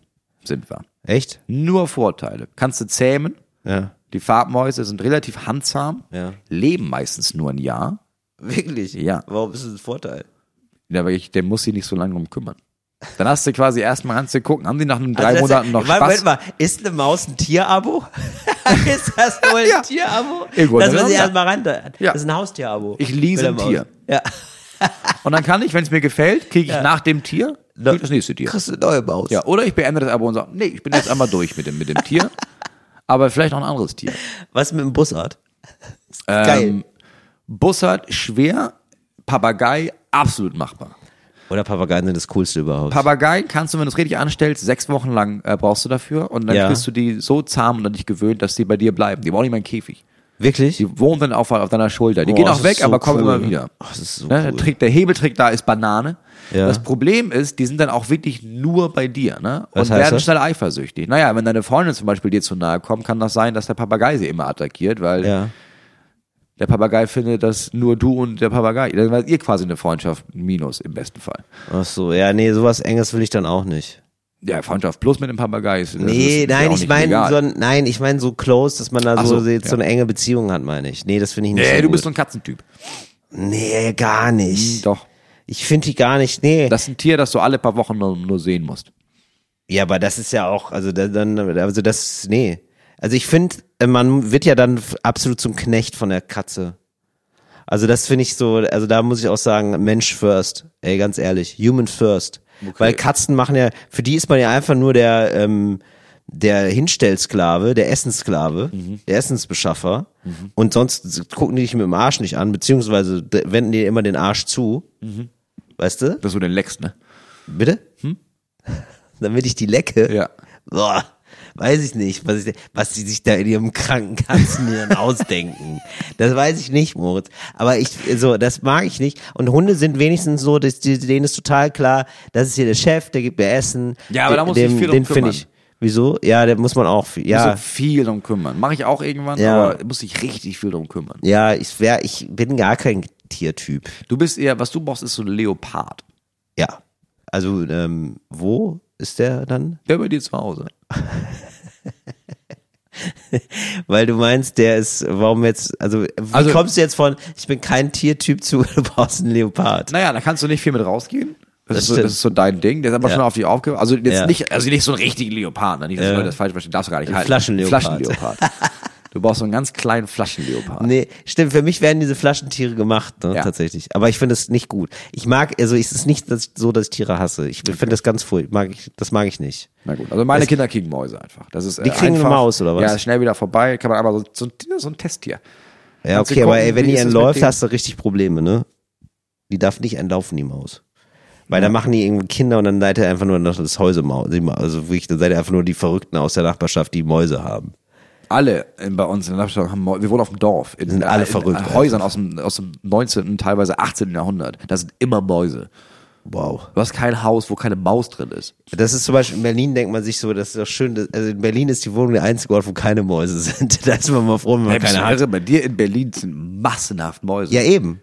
sind wir.
Echt?
Nur Vorteile. Kannst du zähmen.
Ja.
Die Farbmäuse sind relativ handzahm,
Ja.
leben meistens nur ein Jahr.
Wirklich?
Ja.
Warum ist das ein Vorteil?
Ja, aber ich, der muss sich nicht so lange drum kümmern. Dann hast du quasi erstmal kannst du gucken, haben die nach einem drei
Also das-
Monaten noch
Moment, Moment
Spaß?
mal, ist eine Maus ein Tierabo? ist das nur ein
Ja.
Tierabo?
Irgendwo
Dass
dann
man sie
ja.
erstmal ran. Das
Ja.
ist ein Haustierabo.
Ich lease
Mit der
ein
Maus.
Tier.
Ja.
Und dann kann ich, wenn es mir gefällt, kriege ich nach dem Tier krieg ich das nächste Tier.
Kriegst du eine neue Maus.
Ja, oder ich beende das Abo und sage, nee, ich bin jetzt einmal durch mit dem, mit dem Tier. Aber vielleicht noch ein anderes Tier.
Was mit dem Bussard?
Ähm, Bussard, schwer, Papagei, absolut machbar.
Oder Papageien sind das Coolste überhaupt.
Papagei kannst du, wenn du es richtig anstellst, sechs Wochen lang äh, brauchst du dafür und dann
Ja.
bist du die so zahm und an dich gewöhnt, dass die bei dir bleiben. Die brauchen nicht mal einen Käfig.
Wirklich?
Die wohnen dann auf, auf deiner Schulter. Die
Boah,
gehen
das
auch
ist
weg,
so
aber kommen
cool.
immer wieder.
Oh, das ist so
Ne, der
cool.
Trick, der Hebeltrick da ist Banane.
Ja.
Das Problem ist, die sind dann auch wirklich nur bei dir, ne? Und
Was heißt
werden
das?
schnell eifersüchtig. Naja, wenn deine Freundin zum Beispiel dir zu nahe kommt, kann das sein, dass der Papagei sie immer attackiert, weil
Ja.
der Papagei findet, dass nur du und der Papagei, dann seid ihr quasi eine Freundschaft minus im besten Fall.
Ach so, ja, nee, sowas Enges will ich dann auch nicht.
Ja, Freundschaft plus mit dem Papagei ist. das
Nee,
ist ja
nein,
auch
ich
nicht
meine
legal.
so, ein- nein, ich meine so close, dass man da
Ach
so,
so,
jetzt so
ja.
eine enge Beziehung hat, meine ich. Nee, das finde ich nicht.
Nee,
so
du
gut.
bist so ein Katzentyp.
Nee, gar nicht.
Hm, Doch.
Ich finde die gar nicht. Nee.
Das ist ein Tier, das du alle paar Wochen nur, nur sehen musst.
ja, aber das ist ja auch, also da- dann, also das, nee. Also ich finde, man wird ja dann f- absolut zum Knecht von der Katze. Also das finde ich so, also da muss ich auch sagen, Mensch first. Ey, ganz ehrlich, human first. Weil Katzen machen ja, für die ist man ja einfach nur der, ähm, der Hinstellsklave, der Essenssklave,
Mhm.
der Essensbeschaffer. Und sonst gucken die dich mit dem Arsch nicht an, beziehungsweise d- wenden dir immer den Arsch zu.
Mhm.
Weißt du?
Dass du den leckst, ne?
Bitte? Damit ich die lecke?
Hm? Ja.
Boah, weiß ich nicht, was, ich, was sie sich da in ihrem kranken Katzenhirn ausdenken. Das weiß ich nicht, Moritz. Aber ich, so, das mag ich nicht. Und Hunde sind wenigstens so, dass, die- denen ist total klar, das ist hier der Chef, der gibt mir Essen.
Ja, aber da muss ich
dem,
viel drum
Den finde
kümmern.
ich. Wieso? Ja, da muss man auch, viel- ja.
so viel drum kümmern. Mache ich auch irgendwann,
Ja.
aber muss ich richtig viel drum kümmern.
Ja, ich wär, ich bin gar kein Tiertyp.
Du bist eher, was du brauchst, ist so ein Leopard.
Ja. Also, ähm, wo ist der dann?
Der bei dir zu Hause.
Weil du meinst, der ist, warum jetzt, also, wie
Also-
kommst du jetzt von, ich bin kein Tiertyp zu, du brauchst einen Leopard?
Naja, da kannst du nicht viel mit rausgehen. Das,
Das
ist, so,
stimmt.
das ist so dein Ding. Der ist aber
Ja.
schon auf die Aufgabe. Also jetzt
Ja.
nicht, also nicht so ein richtigen Leopard. ne? Nicht, dass
Ja.
Leute das falsch verstehen. Darfst du gar nicht
Ein
halten.
Flaschenleopard.
Flaschenleopard. du brauchst so einen ganz kleinen Flaschenleopard.
Nee, stimmt, für mich werden diese Flaschentiere gemacht, ne,
Ja.
tatsächlich. Aber ich finde es nicht gut. Ich mag, also, es ist nicht dass, so, dass ich Tiere hasse. Ich finde das ganz furchtbar, mag ich, das mag ich nicht.
Na gut. Also meine
Es-
Kinder kriegen Mäuse einfach. Das ist,
Die kriegen eine Maus, oder was?
Ja, schnell wieder vorbei. Kann man aber so, so, ein- so ein Testtier.
Ja,
Kannst du
okay, aber
gucken,
ey, wenn
wie
die
ist es mit
entläuft,
denen?
hast du richtig Probleme, ne? Die darf nicht entlaufen, die Maus. Weil dann machen die irgendwie Kinder und dann seid ihr einfach nur noch das Häusemaus. Also wirklich, dann seid ihr einfach nur die Verrückten aus der Nachbarschaft, die Mäuse haben.
alle in, bei uns in der Nachbarschaft haben, Mäu- wir wohnen auf dem Dorf. In,
Sind alle
in,
verrückt,
In Häusern aus dem, aus dem 19., teilweise 18. Jahrhundert. Da sind immer Mäuse.
Wow.
Du hast kein Haus, wo keine Maus drin ist.
Das ist zum Beispiel in Berlin, denkt man sich so, das ist doch schön. dass- Also in Berlin ist die Wohnung der einzige Ort, wo keine Mäuse sind. Da ist man mal froh, wenn man keine hat.
Irre, bei dir in Berlin sind massenhaft Mäuse.
Ja, eben.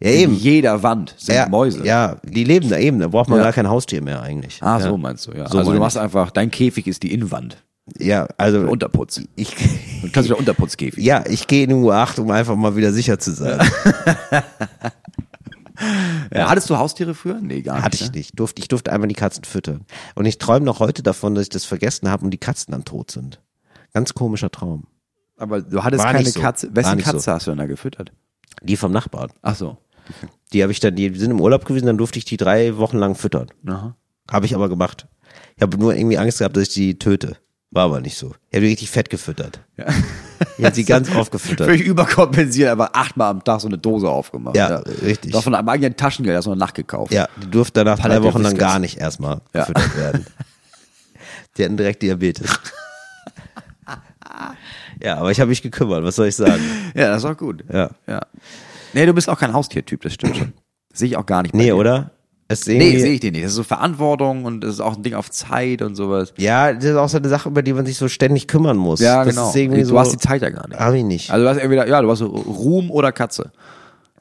Ja,
In
eben.
jeder Wand sind
Ja,
Mäuse.
Ja, die leben da eben. Da braucht man
Ja.
gar kein Haustier mehr eigentlich.
Ah, so
ja.
meinst du, ja.
So
also
meine
du
ich.
machst einfach, dein Käfig ist die Innenwand.
Ja, also.
Der Unterputz.
ich,
Du kannst wieder Unterputzkäfig.
ja, ich gehe in die U8, um einfach mal wieder sicher zu sein.
Ja. Hattest du Haustiere früher? Nee, gar nicht.
Hatte ich
ne?
nicht. Durfte, ich durfte einmal die Katzen füttern. Und ich träume noch heute davon, dass ich das vergessen habe und die Katzen dann tot sind. Ganz komischer Traum.
Aber du hattest
War
keine
nicht so.
Katze.
War
Wessen
nicht so.
Katze hast du denn da gefüttert?
Die vom Nachbarn.
Ach so.
Die habe ich dann, die sind im Urlaub gewesen, dann durfte ich die drei Wochen lang füttern.
Aha.
Habe ich aber gemacht. Ich habe nur irgendwie Angst gehabt, dass ich die töte. War aber nicht so. Ich habe die richtig fett gefüttert.
Ja.
Ich hab sie ganz oft gefüttert.
Völlig überkompensiert, aber achtmal am Tag so eine Dose aufgemacht.
Ja, richtig.
Noch von einem eigenen Taschengeld, hast du noch nachgekauft.
Ja, die durfte danach drei
Palette
Wochen lang
Whiskers.
gar nicht erstmal
Ja.
gefüttert werden. Die hatten direkt Diabetes. Ja, aber ich habe mich gekümmert, was soll ich sagen?
Ja, das ist auch gut.
Ja.
ja. Nee, du bist auch kein Haustiertyp, das stimmt schon. Sehe ich auch gar nicht. bei
Nee,
dir.
oder? Es ist
Nee,
irgendwie-
sehe ich den nicht. Das ist so Verantwortung und das ist auch ein Ding auf Zeit und sowas.
Ja, das ist auch so eine Sache, über die man sich so ständig kümmern muss. das Ist irgendwie
genau. du
so,
hast die Zeit ja gar nicht.
Hab ich nicht.
Also du hast entweder, ja, du hast so Ruhm oder Katze.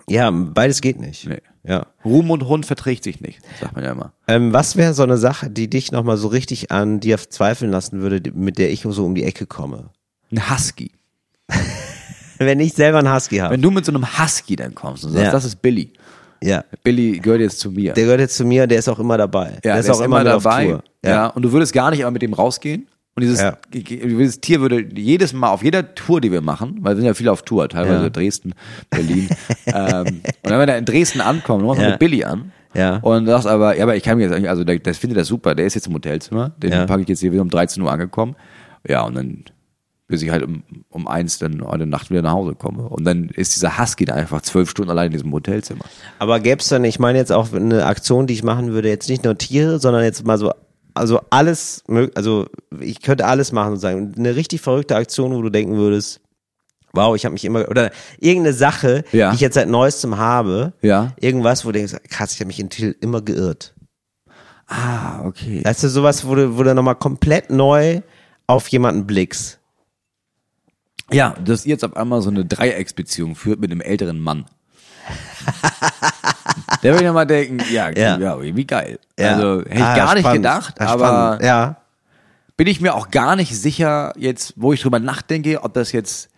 ja, beides geht nicht.
Nee.
Ja.
Ruhm und Hund verträgt sich nicht, sagt man ja immer.
Ähm, was wäre so eine Sache, die dich nochmal so richtig an dir zweifeln lassen würde, die- mit der ich so um die Ecke komme?
Ein Husky.
Wenn ich selber einen Husky habe.
Wenn du mit so einem Husky dann kommst und sagst,
Ja.
das ist Billy.
Ja.
Billy gehört jetzt zu mir.
Der gehört jetzt zu mir, der ist auch immer dabei. der ist
der
auch immer, mit Auf Tour.
Ja. und du würdest gar nicht immer mit dem rausgehen. Und dieses,
Ja.
dieses Tier würde jedes Mal auf jeder Tour, die wir machen, weil wir sind ja viel auf Tour, teilweise
Ja.
Dresden, Berlin. ähm, und dann, wenn er in Dresden ankommt, du machst
Ja.
mit Billy an.
Ja.
Und sagst aber, ja, aber ich kann mir jetzt eigentlich, also der, der findet das super, der ist jetzt im Hotelzimmer, den
Ja.
packe ich jetzt hier wieder um 13 Uhr angekommen. Ja, und dann bis ich halt um, um eins dann heute Nacht wieder nach Hause komme. Und dann ist dieser Husky da einfach zwölf Stunden allein in diesem Hotelzimmer.
Aber gäbe es dann, ich meine jetzt auch eine Aktion, die ich machen würde, jetzt nicht nur Tiere, sondern jetzt mal so, also alles, mög- also ich könnte alles machen sozusagen. Eine richtig verrückte Aktion, wo du denken würdest, wow, ich habe mich immer, oder irgendeine Sache,
Ja.
die ich jetzt seit Neuestem habe,
Ja.
irgendwas, wo du denkst, krass, ich habe mich in Till immer geirrt.
Ah, okay.
Weißt du, sowas, wo du, wo du nochmal komplett neu auf jemanden blickst.
Ja, dass ihr jetzt auf einmal so eine Dreiecksbeziehung führt mit einem älteren Mann. Der will ich nochmal denken, ja, ja.
Ja.
wie geil.
Ja.
Also hätte ich
Ah,
gar nicht
spannend.
gedacht,
Ah,
aber
spannend. ja.
bin ich mir auch gar nicht sicher, jetzt, wo ich drüber nachdenke, ob das jetzt,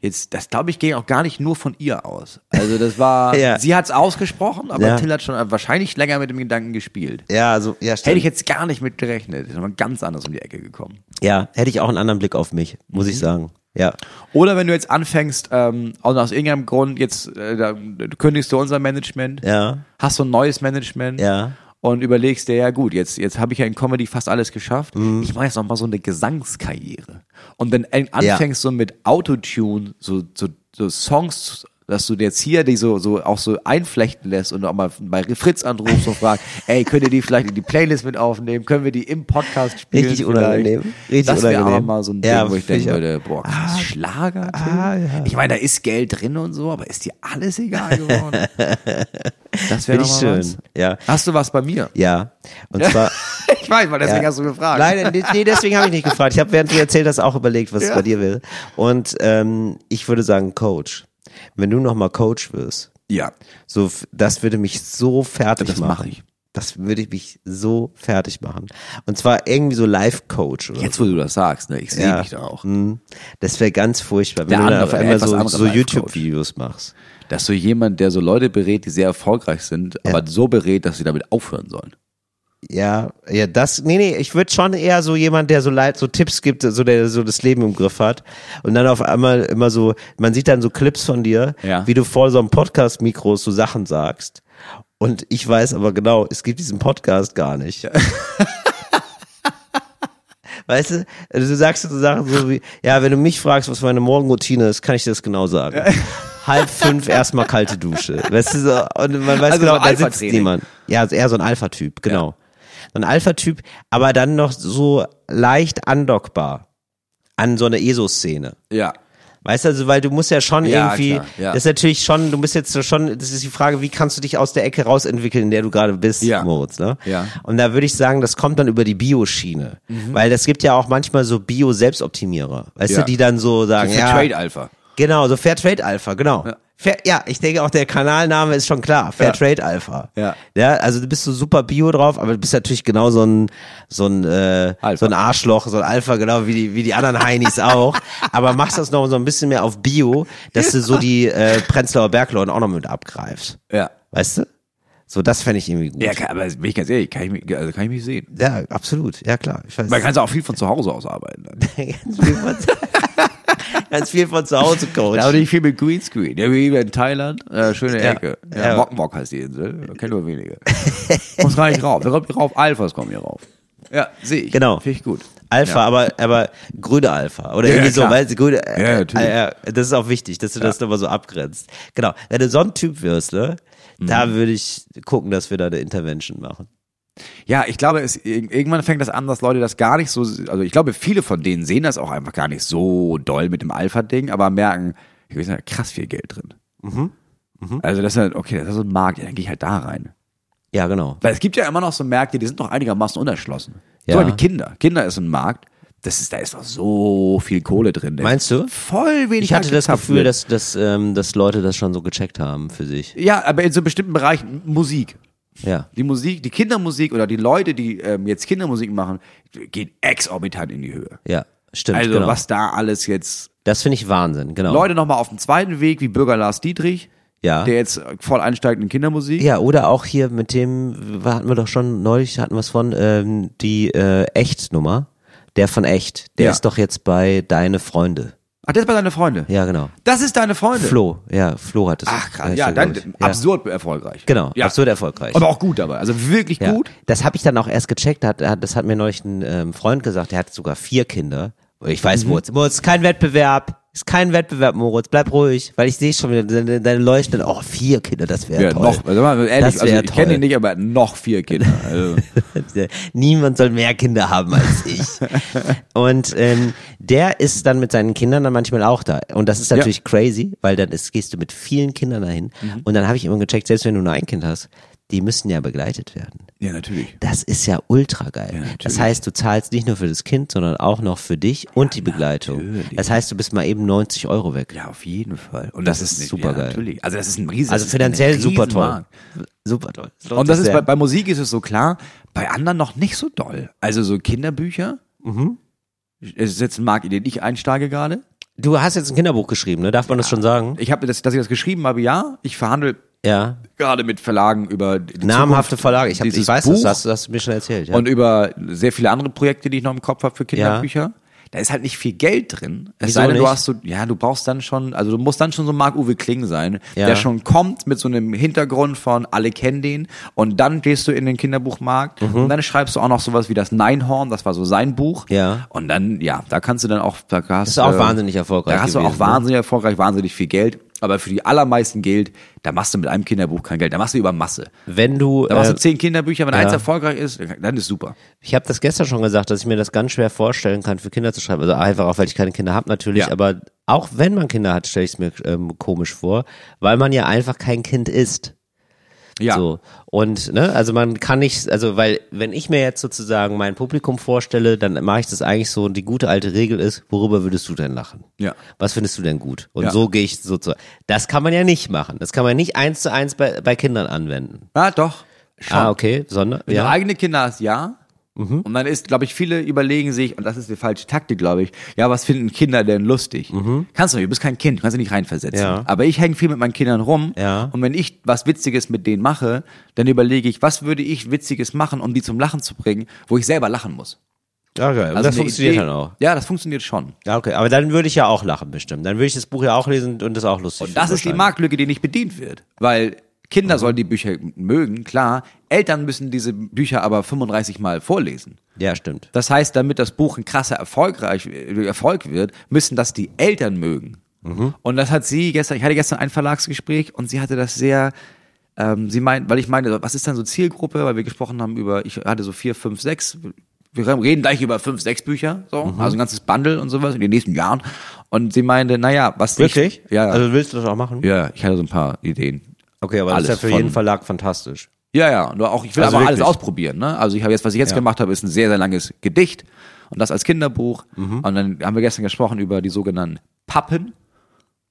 jetzt, das glaube ich, ging auch gar nicht nur von ihr aus. Also das war,
Ja.
sie hat es ausgesprochen, aber
Ja.
Till hat schon wahrscheinlich länger mit dem Gedanken gespielt.
Ja, also, ja, stimmt.
Hätte ich jetzt gar nicht mit gerechnet. Ist nochmal ganz anders um die Ecke gekommen.
ja, hätte ich auch einen anderen Blick auf mich, muss
Mhm.
ich sagen. Ja.
Oder wenn du jetzt anfängst, ähm, also aus irgendeinem Grund, jetzt äh, da, du kündigst du unser Management,
Ja.
hast so ein neues Management
Ja.
und überlegst dir, ja gut, jetzt, jetzt habe ich ja in Comedy fast alles geschafft.
Mhm.
Ich mache jetzt nochmal so eine Gesangskarriere. Und dann an-
Ja.
anfängst so mit Autotune, so, so, so Songs, dass du dir jetzt hier die so, so auch so einflechten lässt und auch mal bei Fritz anrufst und fragst, ey, könnt ihr die vielleicht in die Playlist mit aufnehmen? Können wir die im Podcast spielen?
Richtig
vielleicht?
unangenehm. Richtig
das wäre auch
unangenehm.
mal so ein Ding,
Ja,
wo ich
finde
denken
ich auch. Ah,
würde, boah, krass, Schlager? Tim? Ich meine, da ist Geld drin und so, aber ist dir alles egal geworden? Das wäre
Finde ich schön.
Was.
Ja.
Hast du was bei mir?
Ja. Und zwar.
ich weiß, weil deswegen
ja.
hast du gefragt.
Leider, nee, nee, deswegen habe ich nicht gefragt. Ich habe, während du erzählt hast, auch überlegt, was
Ja.
es bei dir will. Und ähm, ich würde sagen, Coach. Wenn du nochmal Coach wirst,
Ja.
so, f- das würde mich so fertig
Das
machen.
mach ich.
Das würde mich so fertig machen. Und zwar irgendwie so Live-Coach oder
Jetzt, wo du das sagst, ne, ich sehe
Ja.
dich da auch.
Mhm. Das wäre ganz furchtbar, wenn
Der
du dann
andere,
auf einmal
etwas
so,
andere
so
Life-Coach.
YouTube-Videos machst.
Dass so jemand, der so Leute berät, die sehr erfolgreich sind, aber so berät, dass sie damit aufhören sollen.
Ja, ja, das, nee, nee, ich würde schon eher so jemand, der so leid, so Tipps gibt, so der so das Leben im Griff hat und dann auf einmal immer so, man sieht dann so Clips von dir,
Ja.
wie du vor so einem Podcast-Mikro so Sachen sagst und ich weiß aber genau, es gibt diesen Podcast gar nicht. Weißt du, also du sagst so Sachen so wie, ja, wenn du mich fragst, was meine Morgenroutine ist, kann ich dir das genau sagen. Halb fünf erstmal kalte Dusche. Weißt du, so, und man weiß
Also so
genau,
ein
da sitzt
Alpha-Training.
niemand. Ja, also eher so ein Alpha-Typ, genau. So ein Alpha-Typ, aber dann noch so leicht andockbar an so eine E ESO-Szene.
Ja.
Weißt du, also, weil du musst ja schon
Ja,
irgendwie,
klar, ja.
das ist natürlich schon, du bist jetzt so schon, das ist die Frage, wie kannst du dich aus der Ecke rausentwickeln, in der du gerade bist,
Ja.
Moritz, ne?
Ja. Mhm.
Und da würde ich sagen, das kommt dann über die Bio-Schiene. Weil es gibt ja auch manchmal so Bio-Selbstoptimierer, weißt
Ja.
du, die dann so sagen,
Für
ja,
Trade Alpha.
genau, so Fairtrade Alpha, genau.
Ja.
Ja. Fair, ja, ich denke auch der Kanalname ist schon klar, Fairtrade Alpha.
Ja.
Ja, also du bist so super Bio drauf, aber du bist natürlich genau so ein, so ein, äh,
Alpha.
so ein Arschloch, so ein Alpha, genau wie die, wie die anderen Heinis auch. Aber machst das noch so ein bisschen mehr auf Bio, dass du so die äh, Prenzlauer Bergleute auch noch mit abgreifst.
Ja.
Weißt du? So, das fände ich irgendwie gut.
Ja, kann, aber bin ich ganz ehrlich, kann ich mich, also kann ich mich sehen.
Ja, absolut. Ja, klar. Ich weiß.
Man kann es auch viel von zu Hause aus arbeiten. Dann.
ganz, viel von, ganz viel von zu Hause
Da habe
coachen.
ich viel mit Greenscreen. Ja, wie in Thailand, äh, schöne
Ja.
Ecke. Ja,
Ja.
Mok Mok heißt die Insel, kennen nur wenige. Kommst gar nicht rauf. Da kommt nicht rauf, Alphas kommen hier rauf. Ja, sehe ich.
Genau.
Finde ich gut.
Alpha,
Ja.
aber, aber grüne Alpha. Oder
Ja,
irgendwie
ja,
so,
klar.
weil sie grüne. Äh,
Ja, natürlich.
Äh, äh, das ist auch wichtig, dass du das nochmal so abgrenzt. Genau. Wenn du so ein Typ wirst, ne?
Mhm.
Da würde ich gucken, dass wir da eine Intervention machen.
Ja, ich glaube, es, ir- irgendwann fängt das an, dass Leute das gar nicht so, also ich glaube, viele von denen sehen das auch einfach gar nicht so doll mit dem Alpha-Ding, aber merken, hier ist ja krass viel Geld drin.
Mhm.
Also das ist halt, okay, das ist so ein Markt, ja, dann gehe ich halt da rein.
Ja, genau.
Weil es gibt ja immer noch so Märkte, die sind noch einigermaßen unerschlossen.
Ja.
Zum Beispiel Kinder. Kinder ist ein Markt, das ist, da ist doch so viel Kohle drin. der
Meinst du?
Voll wenig
Ich hatte das
angezapft
Gefühl,
wird.
dass, dass, ähm, dass Leute das schon so gecheckt haben für sich.
Ja, aber in so bestimmten Bereichen, Musik.
Ja.
Die Musik, die Kindermusik oder die Leute, die ähm, jetzt Kindermusik machen, gehen exorbitant in die Höhe.
Ja, stimmt.
Also
genau.
was da alles jetzt.
Das finde ich Wahnsinn, genau.
Leute nochmal auf dem zweiten Weg, wie Bürger Lars Dietrich,
ja.
der jetzt voll einsteigt in Kindermusik.
Ja, oder auch hier mit dem, hatten wir doch schon neulich, hatten wir es von, ähm, die äh, Echt-Nummer. Der von Echt. Der
Ja.
ist doch jetzt bei Deine Freunde.
Ach, das ist bei deine Freunde.
Ja, genau.
Das ist deine Freunde.
Flo, ja, Flo hat es.
Ach krass, ja, dann
glaub ich.
absurd erfolgreich.
Genau,
ja.
absurd erfolgreich.
Aber auch gut dabei, also wirklich
ja.
gut.
Das habe ich dann auch erst gecheckt, hat, hat, das hat mir neulich ein ähm, Freund gesagt, der hat sogar vier Kinder. Ich weiß,
Mhm.
Moritz, Moritz, kein Wettbewerb. Ist kein Wettbewerb, Moritz, bleib ruhig, weil ich sehe schon wieder deine, deine Leuchten. Oh, vier Kinder, das wäre
Ja,
toll.
noch, also mal ehrlich,
Das
also
wär
ich kenne
toll.
ihn nicht, aber noch vier Kinder. Also,
Niemand soll mehr Kinder haben als ich. Und ähm, der ist dann mit seinen Kindern dann manchmal auch da. Und das ist natürlich crazy, weil dann ist, gehst du mit vielen Kindern dahin.
Mhm.
Und dann habe ich immer gecheckt, selbst wenn du nur ein Kind hast, die müssen ja begleitet werden.
ja, natürlich.
Das ist ja ultra geil.
natürlich.
das heißt, du zahlst nicht nur für das Kind, sondern auch noch für dich und die Begleitung.
natürlich.
Das heißt, du bist mal eben 90 Euro weg.
Ja, auf jeden Fall. Und
Das
das,
ist
ist
supergeil.
Ja, natürlich. Also das ist ein riesen.
Also
das ist ein
finanziell super toll.
Riesenmarkt.
Super toll. Es lohnt
Und das
sich
ist
sehr.
bei, bei Musik ist es so klar, bei anderen noch nicht so doll. Also so Kinderbücher.
Mhm.
Es ist jetzt ein Markt, in den ich einsteige gerade.
du hast jetzt ein Kinderbuch geschrieben, ne? Darf man das schon sagen?
Ich habe das, dass ich das geschrieben habe, ja. Ich verhandle
Ja.
gerade mit Verlagen über die
Namhafte
Zukunft
Verlage. Ich, hab, ich
dieses
weiß,
Buch
das, das hast du mir schon erzählt. Ja.
und über sehr viele andere Projekte, die ich noch im Kopf habe für Kinderbücher. Da ist halt nicht viel Geld drin. Es
Wieso
sei denn, du
nicht?
hast so, ja, du brauchst dann schon, also du musst dann schon so Marc-Uwe Kling sein,
Ja.
der schon kommt mit so einem Hintergrund von alle kennen den und dann gehst du in den Kinderbuchmarkt
Mhm.
und dann schreibst du auch noch sowas wie das Neinhorn, das war so sein Buch.
Ja.
Und dann, ja, da kannst du dann auch, da hast, das
ist auch wahnsinnig erfolgreich
Da hast du auch
gewesen, ne?
wahnsinnig erfolgreich, wahnsinnig viel Geld. Aber für die allermeisten gilt, da machst du mit einem Kinderbuch kein Geld, da machst du über Masse.
Wenn du,
Da machst
äh,
du zehn Kinderbücher, wenn
ja.
eins erfolgreich ist, dann ist super.
ich habe das gestern schon gesagt, dass ich mir das ganz schwer vorstellen kann, für Kinder zu schreiben. Also einfach auch, weil ich keine Kinder habe natürlich,
Ja.
aber auch wenn man Kinder hat, stelle ich es mir ähm, komisch vor, weil man ja einfach kein Kind ist.
Ja.
So. Und, ne, also man kann nicht, also weil, wenn ich mir jetzt sozusagen mein Publikum vorstelle, dann mache ich das eigentlich so und die gute alte Regel ist, worüber würdest du denn lachen?
Ja.
Was findest du denn gut? Und
Ja.
so gehe ich sozusagen. Das kann man ja nicht machen. Das kann man nicht eins zu eins bei, bei Kindern anwenden.
Ja, doch. Schon.
Ah, okay, sondern,
Wenn du
ja. Mhm.
eigene Kinder hast, ja. Und dann ist, glaube ich, viele überlegen sich, und das ist die falsche Taktik, glaube ich, ja, was finden Kinder denn lustig? Kannst du nicht, du bist kein Kind, kannst du nicht reinversetzen.
Mhm. Ja.
Aber ich hänge viel mit meinen Kindern rum
Ja.
und wenn ich was Witziges mit denen mache, dann überlege ich, was würde ich Witziges machen, um die zum Lachen zu bringen, wo ich selber lachen muss.
Ja, geil.
Also
das
eine
funktioniert
Idee-
dann auch.
Ja, das funktioniert schon.
Ja, okay. Aber dann würde ich ja auch lachen bestimmt. Dann würde ich das Buch ja auch lesen und das auch lustig
Und das ist die
wahrscheinlich.
Marktlücke, die nicht bedient wird. Weil Kinder
Mhm.
sollen die Bücher mögen, klar. Eltern müssen diese Bücher aber 35 Mal vorlesen.
Ja, stimmt.
Das heißt, damit das Buch ein krasser erfolgreich, äh, Erfolg wird, müssen das die Eltern mögen.
Mhm.
Und das hat sie gestern, ich hatte gestern ein Verlagsgespräch und sie hatte das sehr, ähm, sie meint, weil ich meine, was ist denn so Zielgruppe, weil wir gesprochen haben über, ich hatte so vier, fünf, sechs, wir reden gleich über fünf, sechs Bücher, so,
Mhm.
also ein ganzes Bundle und sowas in den nächsten Jahren. Und sie meinte, naja, was
Wirklich?
Ich, ja, ja.
Also willst du das auch machen?
Ja, ich hatte so ein paar Ideen.
Okay, aber
Alles
das ist ja für
von-
jeden Verlag fantastisch.
Ja, ja, nur auch, ich will
Also
aber
wirklich?
alles ausprobieren, ne? Also ich habe jetzt, was ich jetzt
Ja.
gemacht habe, ist ein sehr, sehr langes Gedicht und das als Kinderbuch.
Mhm.
Und dann haben wir gestern gesprochen über die sogenannten Pappen,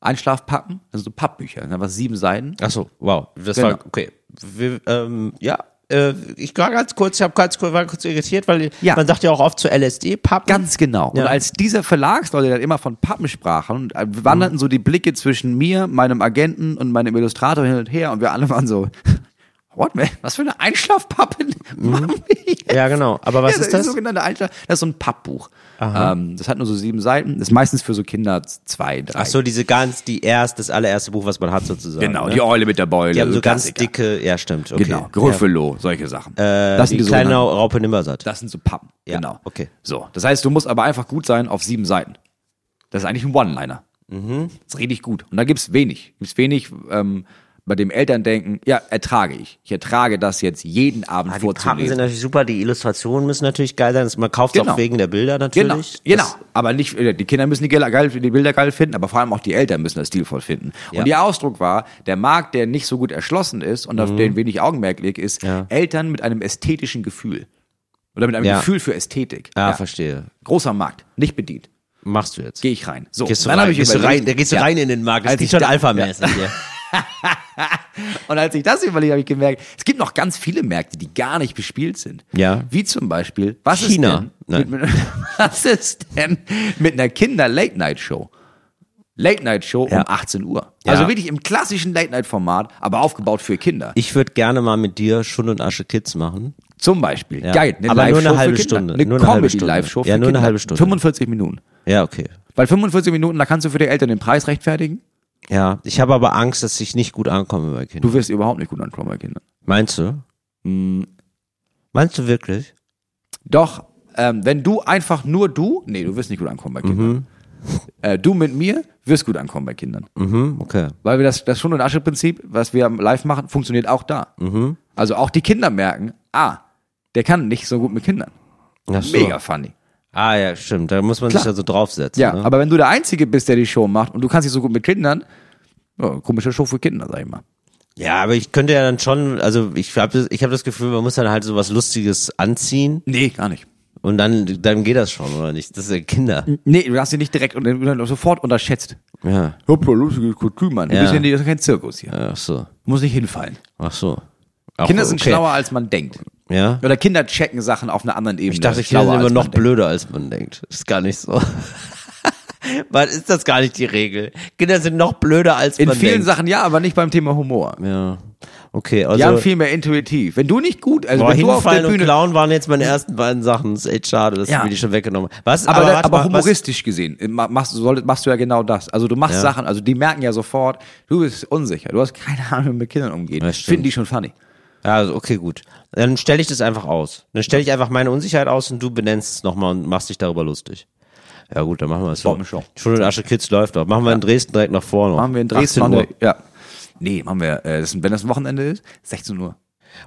Einschlafpappen, also so Pappbücher, dann war sieben Seiten.
Ach so, wow. Das
Genau.
war okay. Wir, ähm, ja, äh, ich war ganz kurz, ich habe ganz kurz, war kurz irritiert, weil
Ja.
man sagt ja auch oft zu LSD Pappen.
Ganz genau.
Ja.
Und als dieser Verlagsleute dann immer von Pappen sprachen, äh, wanderten
Mhm.
so die Blicke zwischen mir, meinem Agenten und meinem Illustrator hin und her und wir alle waren so, Walkman, was für eine Einschlafpappe
Mhm.
machen wir jetzt?
Ja, genau. Aber was ist
das?
das?
sogenannte Einschlaf das ist so ein Pappbuch. Ähm, das hat nur so sieben Seiten. Ist meistens für so Kinder zwei, drei.
Ach so, diese ganz, die erst, das allererste Buch, was man hat sozusagen.
genau.
ne?
Die Eule mit der Beule.
Die haben so ganz
Klassiker.
dicke, ja stimmt, okay.
Genau. Gruffelo, solche Sachen.
Ja. Das die kleine
sogenannten-
Raupe Nimmersatt.
Das sind so Pappen.
Ja,
genau.
okay.
So. Das heißt, du musst aber einfach gut sein auf sieben Seiten. Das ist eigentlich ein One-Liner.
Mhm.
Das ist richtig gut. Und da gibt's wenig. Gibt's wenig, ähm, bei dem Eltern denken, ja, ertrage ich. Ich ertrage das jetzt jeden Abend
Ah, die Pappen sind
vorzulesen.
natürlich super, die Illustrationen müssen natürlich geil sein. Man kauft es auch
Genau.
wegen der Bilder
Genau,
natürlich.
genau.
Das-
Aber nicht, äh, die Kinder müssen die, geil- geil, die Bilder geil finden, aber vor allem auch die Eltern müssen das stilvoll finden.
Ja.
Und ihr Ausdruck war, der Markt, der nicht so gut erschlossen ist und auf den wenig Augenmerk liegt, ist
Mhm. Ja.
Eltern mit einem ästhetischen Gefühl. Oder mit einem
Ja.
Gefühl für Ästhetik.
Ah,
Ja.
verstehe.
Großer Markt, nicht bedient.
Machst du jetzt.
Gehe ich rein. So,
Gehst du
dann
rein,
habe ich
gehst du
überlegt-
rein, da gehst du
Ja.
rein in den Markt. Das
Als
klingt
ich
schon
da-
alphamäßig hier.
Und als ich das überlegt habe, ich gemerkt, es gibt noch ganz viele Märkte, die gar nicht bespielt sind.
Ja.
Wie zum Beispiel, was
China.
ist denn, mit, mit, was ist denn mit einer Kinder-Late-Night-Show? Late-Night-Show
Ja.
um 18 Uhr.
Ja.
Also wirklich im klassischen Late-Night-Format, aber aufgebaut für Kinder.
Ich würde gerne mal mit dir Schund und Asche Kids machen.
Zum Beispiel.
Ja.
Geil.
Aber nur
Live-Show
eine halbe
für Kinder.
Stunde.
Eine
Nur eine halbe
Comedy-Live-Show
Stunde. Ja,
für
nur eine
Kinder.
halbe Stunde.
45 Minuten.
Ja, okay.
Weil 45 Minuten, da kannst du für die Eltern den Preis rechtfertigen.
Ja, ich habe aber Angst, dass ich nicht gut ankomme bei Kindern.
Du wirst überhaupt nicht gut ankommen bei Kindern.
Meinst du?
Mm.
Meinst du wirklich?
Doch, ähm, wenn du einfach nur du, nee, du wirst nicht gut ankommen bei Kindern. Äh, du mit mir wirst gut ankommen bei Kindern.
Mhm, okay.
Weil wir das, das Schon- und Asche-Prinzip, was wir live machen, funktioniert auch da. Also auch die Kinder merken, ah, der kann nicht so gut mit Kindern.
Ach so.
Mega funny.
Ah ja, stimmt. Da muss man
Klar.
sich ja so draufsetzen.
Ja,
ne?
aber wenn du der Einzige bist, der die Show macht und du kannst nicht so gut mit Kindern, ja, komische Show für Kinder, sag ich mal.
ja, aber ich könnte ja dann schon, also ich habe das, ich hab das Gefühl, man muss dann halt so was Lustiges anziehen
Nee, gar nicht.
und dann, dann geht das schon, oder nicht? Das sind ja Kinder.
Nee, du hast sie nicht direkt und sofort unterschätzt.
Ja.
Hoppla, lustiges Kostüm, Mann.
Ja.
Ja. Das ist kein Zirkus hier.
Ach so.
Muss nicht hinfallen.
Ach so. Auch
Kinder sind
okay.
schlauer, als man denkt.
Ja.
Oder Kinder checken Sachen auf einer anderen Ebene.
Ich dachte, Kinder
Schlauer,
sind immer
als
noch
man denkt.
blöder, als man denkt. Ist gar nicht so. Man ist das gar nicht die Regel. Kinder sind noch blöder, als
In
man
vielen
denkt.
Sachen ja, aber nicht beim Thema Humor.
Ja. Okay,
Die haben
also
viel mehr intuitiv. Wenn du nicht gut, also
boah,
wenn du auf der
hinfallen und
Bühne,
klauen waren jetzt meine ersten beiden Sachen. Ist echt schade, dass
Ja.
wir die schon weggenommen haben. Was?
aber,
warte
aber
mal, was-
humoristisch gesehen äh, ma- machst, du- solltest, machst du ja genau das. Also du machst
Ja.
Sachen, also die merken ja sofort, du bist unsicher, du hast keine Ahnung, wie mit Kindern umgehen.
Das stimmt.
Finden die schon funny.
Ja, also, okay, gut. Dann stelle ich das einfach aus. Dann stelle ich einfach meine Unsicherheit aus und du benennst es nochmal und machst dich darüber lustig. Ja gut, dann machen wir es so.
Bombenshow.
Schon und Asche Kids läuft noch. Machen wir in Dresden direkt nach vorne.
Machen wir in
18
Dresden, machen
Uhr.
wir, ja. Nee, machen wir, äh, das, wenn das ein Wochenende ist, 16 Uhr.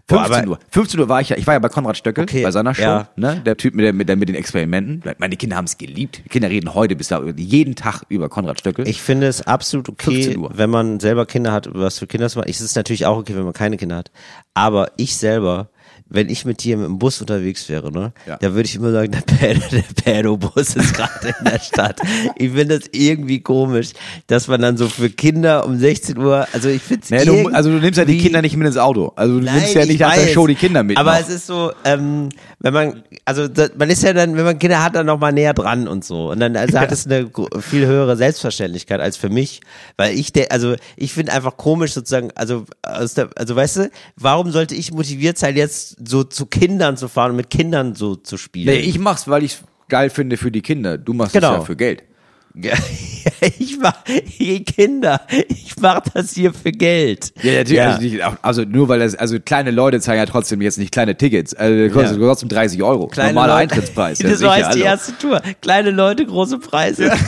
Boah,
15
aber-
Uhr. 15 Uhr war ich ja, ich war ja bei Konrad Stöckel
Okay,
bei seiner Show,
ja.
ne? Der Typ mit, der, mit, der, mit den Experimenten. Meine Kinder haben es geliebt. Die Kinder reden heute bis da jeden Tag über Konrad Stöckel.
Ich finde es absolut
15
okay,
Uhr.
wenn man selber Kinder hat, was für Kinder es macht. Es ist natürlich auch okay, wenn man keine Kinder hat. Aber ich selber, wenn ich mit dir im Bus unterwegs wäre, ne,
Ja.
da würde ich immer sagen, der Pädo, der Pädobus ist gerade in der Stadt. Ich finde das irgendwie komisch, dass man dann so für Kinder um 16 Uhr, also ich finde
Naja, du, also du nimmst ja die Kinder nicht mit ins Auto. Also du nimmst ja
ich
nicht nach der
weiß.
Show die Kinder mit.
Aber
noch.
es ist so, ähm, wenn man, also da, man ist ja dann, wenn man Kinder hat, dann nochmal näher dran und so. Und dann also hat es eine gro- viel höhere Selbstverständlichkeit als für mich. Weil ich, de also ich finde einfach komisch sozusagen, also aus der, also weißt du, warum sollte ich motiviert sein, jetzt so zu Kindern zu fahren und mit Kindern so zu spielen?
nee, ich mach's, weil ich's geil finde für die Kinder. Du machst
Genau.
es ja für Geld.
Ja, ich mach, ihr Kinder, ich mach das hier für Geld.
Ja, natürlich. Also, nicht, auch- also nur weil das, also kleine Leute zahlen ja trotzdem jetzt nicht kleine Tickets. Also kostet
Ja.
trotzdem 30 Euro.
Kleine
Normaler
Leute-
Eintrittspreis. ja,
das
sicher,
war
also.
jetzt die
hallo.
erste Tour. Kleine Leute, große Preise.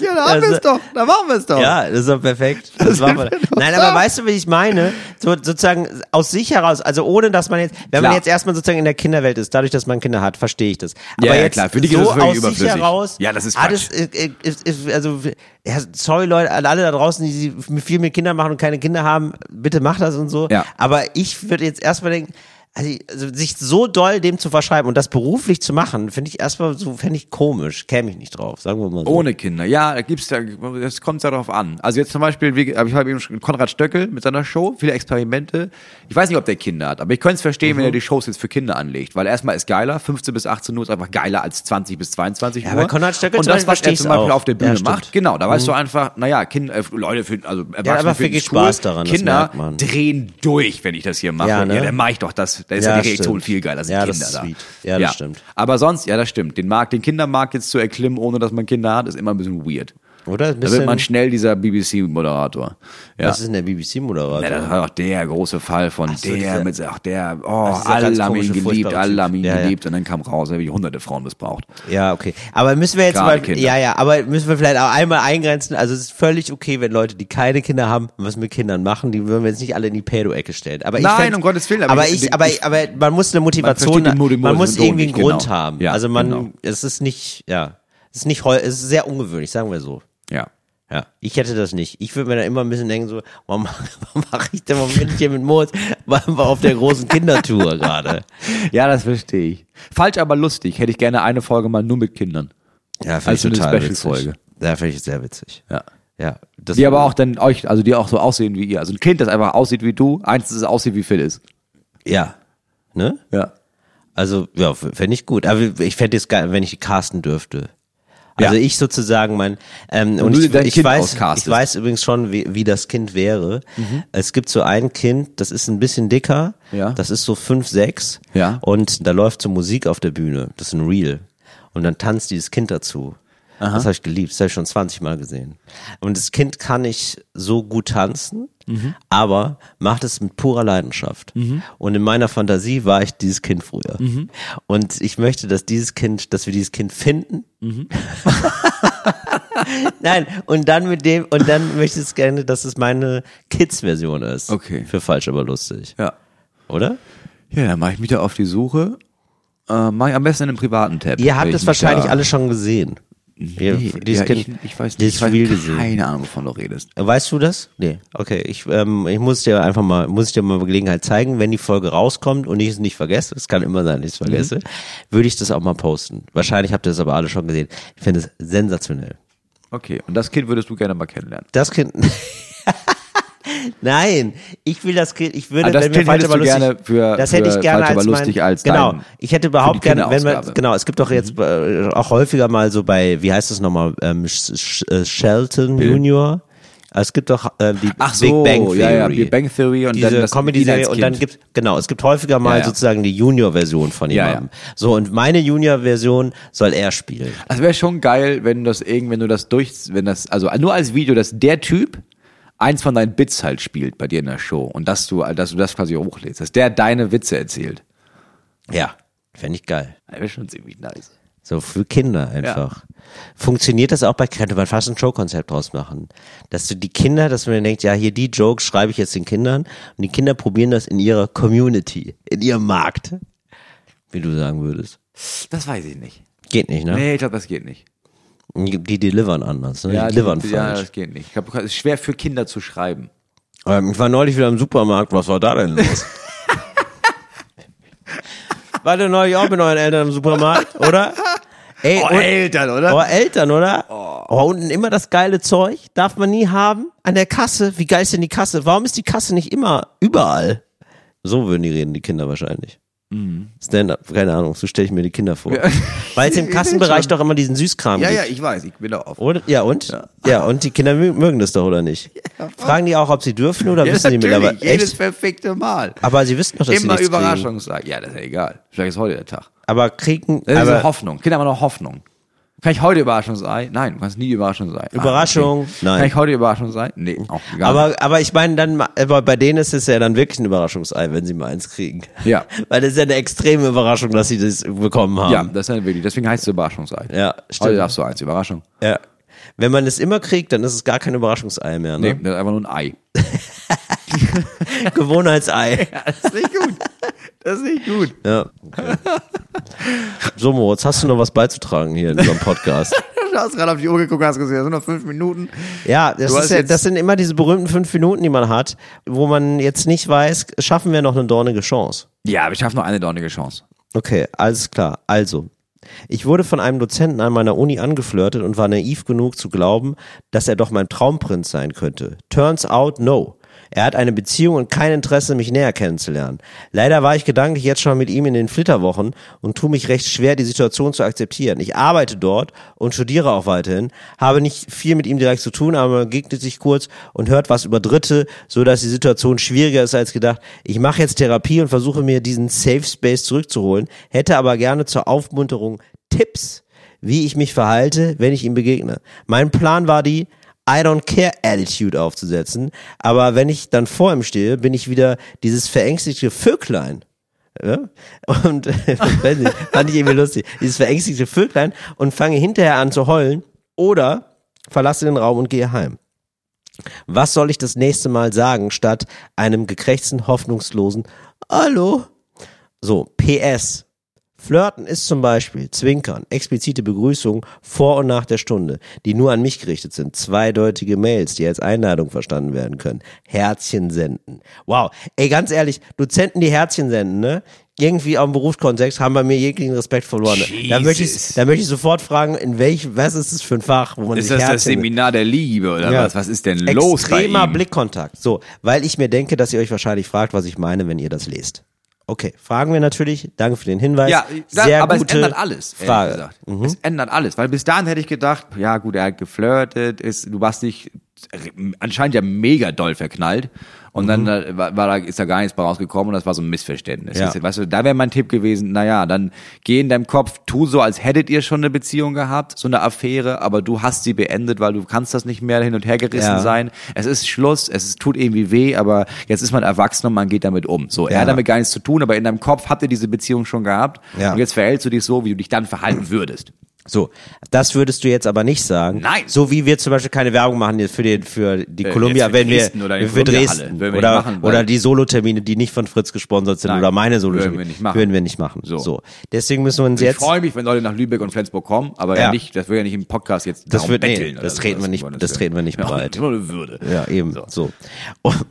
Ja, da haben
Also-
wir's doch. Da machen wir's doch.
Ja, das ist doch perfekt. Das war mal. Nein, aber weißt du, wie ich meine? So, sozusagen aus sich heraus, also ohne dass man jetzt, wenn man
Klar.
jetzt erstmal sozusagen in der Kinderwelt ist, dadurch, dass man Kinder hat, verstehe ich das. Aber
Ja, ja,
jetzt
klar. Für die
so
Kinder ist es völlig
aus sich
überflüssig.
heraus.
Ja, das ist
ah,
Quatsch.
äh, äh, ist- ist- also ja, sorry Leute, an alle da draußen, die sie viel mit Kindern machen und keine Kinder haben, bitte macht das und so.
Ja.
Aber ich würde jetzt erstmal denken, also, also sich so doll dem zu verschreiben und das beruflich zu machen, finde ich erstmal so, fände ich komisch, käme ich nicht drauf, sagen wir mal so.
Ohne Kinder, ja, da gibt's da, das kommt darauf an. Also jetzt zum Beispiel, wie, hab ich habe eben schon Konrad Stöckel mit seiner Show, viele Experimente. Ich weiß nicht, ob der Kinder hat, aber ich könnte es verstehen, wenn er die Shows jetzt für Kinder anlegt, weil erstmal ist geiler, 15 bis 18 Uhr ist einfach geiler als 20 bis 22 Uhr.
Ja, bei Konrad Stöckel
und
zum
das,
Beispiel
was er
versteh
zum
ich's
Beispiel
auch.
auf der
Ja,
Bühne
stimmt.
macht, genau, da weißt du einfach, naja, Kinder, äh, Leute finden, also Erwachsene
aber
finden
viel
es cool,
Spaß daran, das
Kinder
merkt man.
drehen durch, wenn ich das hier mache.
Ja,
Ja,
ne?
dann mache ich doch das, da ist ja,
Ja,
die Reaktion
stimmt.
viel geiler, sind
Ja, das
Kinder
ist
da.
sweet. Ja, das stimmt.
Aber sonst, ja, das stimmt. Den Markt, den Kindermarkt jetzt zu erklimmen, ohne dass man Kinder hat, ist immer ein bisschen weird.
Oder? Ein
Da wird
bisschen-
man schnell dieser BBC-Moderator. Ja.
Was ist denn der BBC-Moderator?
Ja, das war auch der große Fall von
so,
der
dieser-
mit, ach der, oh,
dieser ganz
alle haben ihn
komische,
geliebt,
furchtbare
alle
Typ.
haben ihn
Ja, ja.
geliebt und dann kam raus, er hat hunderte Frauen missbraucht.
Ja, okay. Aber müssen wir jetzt
Gerade
mal,
Kinder.
ja, ja, aber müssen wir vielleicht auch einmal eingrenzen. Also es ist völlig okay, wenn Leute, die keine Kinder haben, was mit Kindern machen, die würden wir jetzt nicht alle in die Pädo-Ecke stellen. Aber
Nein,
ich fänd's-
um Gottes Willen, aber
Aber
ich-
ich, aber, aber man muss eine Motivation,
versteht
man,
den Mo- den
muss
Motivation
irgendwie einen
nicht,
Grund
genau.
haben.
Ja,
also man,
genau.
es ist nicht, ja, es ist nicht, heu- es ist sehr ungewöhnlich, sagen wir so.
Ja.
Ja, ich hätte das nicht. Ich würde mir da immer ein bisschen denken, so, warum mache mach ich denn, warum bin ich hier mit Moritz Weil wir auf der großen Kindertour gerade?
Ja, das verstehe ich. Falsch, aber lustig. Hätte ich gerne eine Folge mal nur mit Kindern.
Ja, finde
Also eine Special-Folge.
Ja, finde ich sehr witzig.
Ja.
Ja, das
Die aber auch dann euch, also die auch so aussehen wie ihr. Also ein Kind, das einfach aussieht wie du, eins, das aussieht wie Phil ist.
Ja. Ne?
Ja.
Also, ja, fände ich gut. Aber ich fände es geil, wenn ich casten dürfte. Also
Ja.
ich sozusagen mein ähm,
du
und ich,
dein
ich
Kind
weiß
auscastest. Mhm.
ich weiß übrigens schon wie, wie das Kind wäre. Es gibt so ein Kind, das ist ein bisschen dicker,
Ja.
das ist so fünf sechs
Ja.
und da läuft so Musik auf der Bühne, das ist ein Reel und dann tanzt dieses Kind dazu. Das habe ich geliebt, das habe ich schon 20 Mal gesehen. Und das Kind kann nicht so gut tanzen,
Mhm.
aber macht es mit purer Leidenschaft. Und in meiner Fantasie war ich dieses Kind früher.
Mhm.
Und ich möchte, dass dieses Kind, dass wir dieses Kind finden
Mhm.
Nein, und dann mit dem, und dann möchte ich es gerne, dass es meine Kids-Version ist.
Okay.
Für falsch, aber lustig.
Ja.
Oder?
Ja, dann mache ich mich da auf die Suche. Äh, mache ich am besten in einem privaten Tab.
Ihr habt
Wenn ich
es
mich
wahrscheinlich
da-
alle schon gesehen. Ihr-
Nee,
dieses
ja, ich,
Kind-
ich weiß nicht,
dieses
ich weiß
Reel gesehen.
keine Ahnung, wovon du redest.
Weißt du das? Nee. Okay, ich, ähm, ich muss dir einfach mal, muss ich dir mal bei Gelegenheit zeigen, wenn die Folge rauskommt und ich es nicht vergesse, es kann immer sein, dass ich es
Mhm.
vergesse, würde ich das auch mal posten. Wahrscheinlich habt ihr es aber alle schon gesehen. Ich finde es sensationell.
Okay, und das Kind würdest du gerne mal kennenlernen.
Das Kind. Nein, ich will das Kind, ich würde,
Ah, das
wenn wir
Kind
falsch
hättest
aber
du
lustig,
gerne für-
das hätte
für
ich gerne
falsch aber
als mein,
lustig als
genau,
dein-
ich hätte überhaupt
für die
gerne, wenn man,
Kinderausgabe. Mhm.
genau, es gibt doch jetzt äh, auch häufiger mal so bei, wie heißt das nochmal, ähm, Sh Sh äh, Shelton Junior, es gibt doch äh, die
Ach so,
Big Bang Theory.
ja, ja, Big Bang Theory und
diese
dann das- ihn
Comedy-Serie
als
und dann
Kind.
gibt genau, es gibt häufiger mal
Ja, ja.
sozusagen die Junior-Version von
Ja,
jemandem. So und meine Junior-Version soll er spielen.
Das wäre schon geil, wenn das irgend, wenn du das durch, wenn das, also nur als Video, dass der Typ eins von deinen Bits halt spielt bei dir in der Show und dass du, dass du das quasi hochlädst, dass der deine Witze erzählt.
Ja, fände ich geil.
Das wäre schon ziemlich nice.
So für Kinder einfach. Funktioniert das auch bei, könnte man fast ein Showkonzept draus machen. Dass du die Kinder, dass man denkt, ja, hier die Jokes schreibe ich jetzt den Kindern und die Kinder probieren das in ihrer Community, in ihrem Markt. Wie du sagen würdest.
Das weiß ich nicht.
Geht nicht, ne?
Nee, ich glaube, das geht nicht.
Die delivern anders, ne? die delivern
ja,
falsch.
das geht nicht. Ich glaube, es ist schwer für Kinder zu schreiben.
Ähm, ich war neulich wieder im Supermarkt, was war da denn los? Wart ihr neulich auch mit euren Eltern im Supermarkt, oder? Oh, Ey, und-
Eltern, oder?
Oh, Eltern, oder? Oh. unten immer das geile Zeug. Darf man nie haben. An der Kasse. Wie geil ist denn die Kasse? Warum ist die Kasse nicht immer überall? Mhm. So würden die reden, die Kinder wahrscheinlich. Stand-up, keine Ahnung, so stelle ich mir die Kinder vor. Weil es im Kassenbereich doch immer diesen Süßkram
ja,
gibt.
ja, ich weiß, ich bin da offen.
Oder? Ja, und? Ja. und die Kinder mö- mögen das doch, oder nicht? Fragen die auch, ob sie dürfen oder
Ja,
wissen sie mittlerweile?
natürlich, jedes
Echt?
perfekte Mal.
Aber sie wissen doch, dass
Immer
sie nichts kriegen.
Überraschung sagen. Ja, das ist ja egal. Vielleicht ist heute der Tag.
Aber kriegen,
Das ist eine
aber
Hoffnung. Kinder haben noch Hoffnung. Kann ich heute Überraschungsei? Nein, du kannst nie Überraschungsei. Ah,
Überraschung?
okay.
Nein. Mhm.
Kann ich heute Überraschungsei? Nee, auch egal.
Aber, aber ich meine dann, ma- aber bei denen ist es ja dann wirklich ein Überraschungsei, wenn sie mal eins kriegen.
Ja.
Weil das ist ja eine extreme Überraschung, dass sie das bekommen
ja,
haben.
das ist ja wirklich. Deswegen heißt es Überraschungsei.
ähm, Ja,
Heute
stimmt.
darfst du eins, Überraschung.
Ja. Wenn man es immer kriegt, dann ist es gar kein Überraschungsei mehr,
Nee,
ne?
das ist einfach nur ein Ei.
Gewohnheitsei.
Das ist nicht gut. Das ist nicht gut.
Ja. Okay. So, Moritz, hast du noch was beizutragen hier in unserem Podcast?
Du hast gerade auf die Uhr geguckt und hast gesagt, das sind noch fünf Minuten.
Ja, das,
Du
ist
hast
ja
jetzt-
das sind immer diese berühmten fünf Minuten, die man hat, wo man jetzt nicht weiß, schaffen wir noch eine dornige Chance.
Ja, wir schaffen noch eine dornige Chance.
Okay, alles klar. Also, ich wurde von einem Dozenten an meiner Uni angeflirtet und war naiv genug zu glauben, dass er doch mein Traumprinz sein könnte. Turns out no. Er hat eine Beziehung und kein Interesse, mich näher kennenzulernen. Leider war ich gedanklich jetzt schon mit ihm in den Flitterwochen und tue mich recht schwer, die Situation zu akzeptieren. Ich arbeite dort und studiere auch weiterhin, habe nicht viel mit ihm direkt zu tun, aber man begegnet sich kurz und hört was über Dritte, so dass die Situation schwieriger ist als gedacht. Ich mache jetzt Therapie und versuche mir diesen Safe Space zurückzuholen, hätte aber gerne zur Aufmunterung Tipps, wie ich mich verhalte, wenn ich ihm begegne. Mein Plan war die I don't care Attitude aufzusetzen, aber wenn ich dann vor ihm stehe, bin ich wieder dieses verängstigte Vöglein. Ja? Und äh, weiß nicht, fand ich irgendwie lustig. Dieses verängstigte Vöglein und fange hinterher an zu heulen oder verlasse den Raum und gehe heim. Was soll ich das nächste Mal sagen, statt einem gekrächzten, hoffnungslosen Hallo? So, PS. Flirten ist zum Beispiel Zwinkern, explizite Begrüßungen vor und nach der Stunde, die nur an mich gerichtet sind, zweideutige Mails, die als Einladung verstanden werden können, Herzchen senden. Wow, ey, ganz ehrlich, Dozenten, die Herzchen senden, ne? Irgendwie am Berufskontext haben bei mir jeglichen Respekt verloren. ne? Da möchte, ich,
Jesus.
da möchte ich sofort fragen, in welchem, was ist das für ein Fach, wo man
Ist
sich
das das
Herzchen
Seminar der Liebe oder
Ja.
was? Was ist denn los bei
Extremer
ihm?
Blickkontakt. So, weil ich mir denke, dass ihr euch wahrscheinlich fragt, was ich meine, wenn ihr das lest. Okay, fragen wir natürlich. Danke für den Hinweis.
Ja, da,
Sehr
aber es
gute
ändert alles. ehrlich
Frage. Mhm.
Gesagt. Es ändert alles, weil bis dahin hätte ich gedacht, ja gut, er hat geflirtet, ist, du warst nicht anscheinend ja mega doll verknallt und dann äh, war, war da, ist da gar nichts bei rausgekommen und das war so ein Missverständnis.
Mhm. Ja.
Ist- Weißt du, da wäre mein Tipp gewesen, naja, dann geh in deinem Kopf, tu so, als hättet ihr schon eine Beziehung gehabt, so eine Affäre, aber du hast sie beendet, weil du kannst das nicht mehr hin und her gerissen
Ja.
sein. Es ist Schluss, es ist, tut irgendwie weh, aber jetzt ist man erwachsen und man geht damit um. So,
Ja.
er hat damit gar nichts zu tun, aber in deinem Kopf habt ihr diese Beziehung schon gehabt
Ja.
und jetzt verhältst du dich so, wie du dich dann verhalten würdest.
So, das würdest du jetzt aber nicht sagen.
Nein. Äh,
So wie wir zum Beispiel keine Werbung machen jetzt für den für die
jetzt
Columbia,
für
wenn wir
Dresden oder die
für
Columbia-Halle.
Dresden
Würden wir nicht
oder
machen, weil-
oder die Solotermine, die nicht von Fritz gesponsert sind
Nein,
oder meine
würden wir
Solotermine
nicht machen.
Würden wir nicht machen. So,
So.
deswegen müssen wir uns
Ich
jetzt
freue mich, wenn Leute nach Lübeck und Flensburg kommen, aber
Ja.
ja. nicht, das will ja nicht im Podcast jetzt
Das
darum
wird- nee,
betteln. oder
das treten wir
sowas,
nicht-
um Gottes
das
Willen.
treten wir nicht
Ja,
bereit.
nur eine Würde.
Ja, eben. So.
So.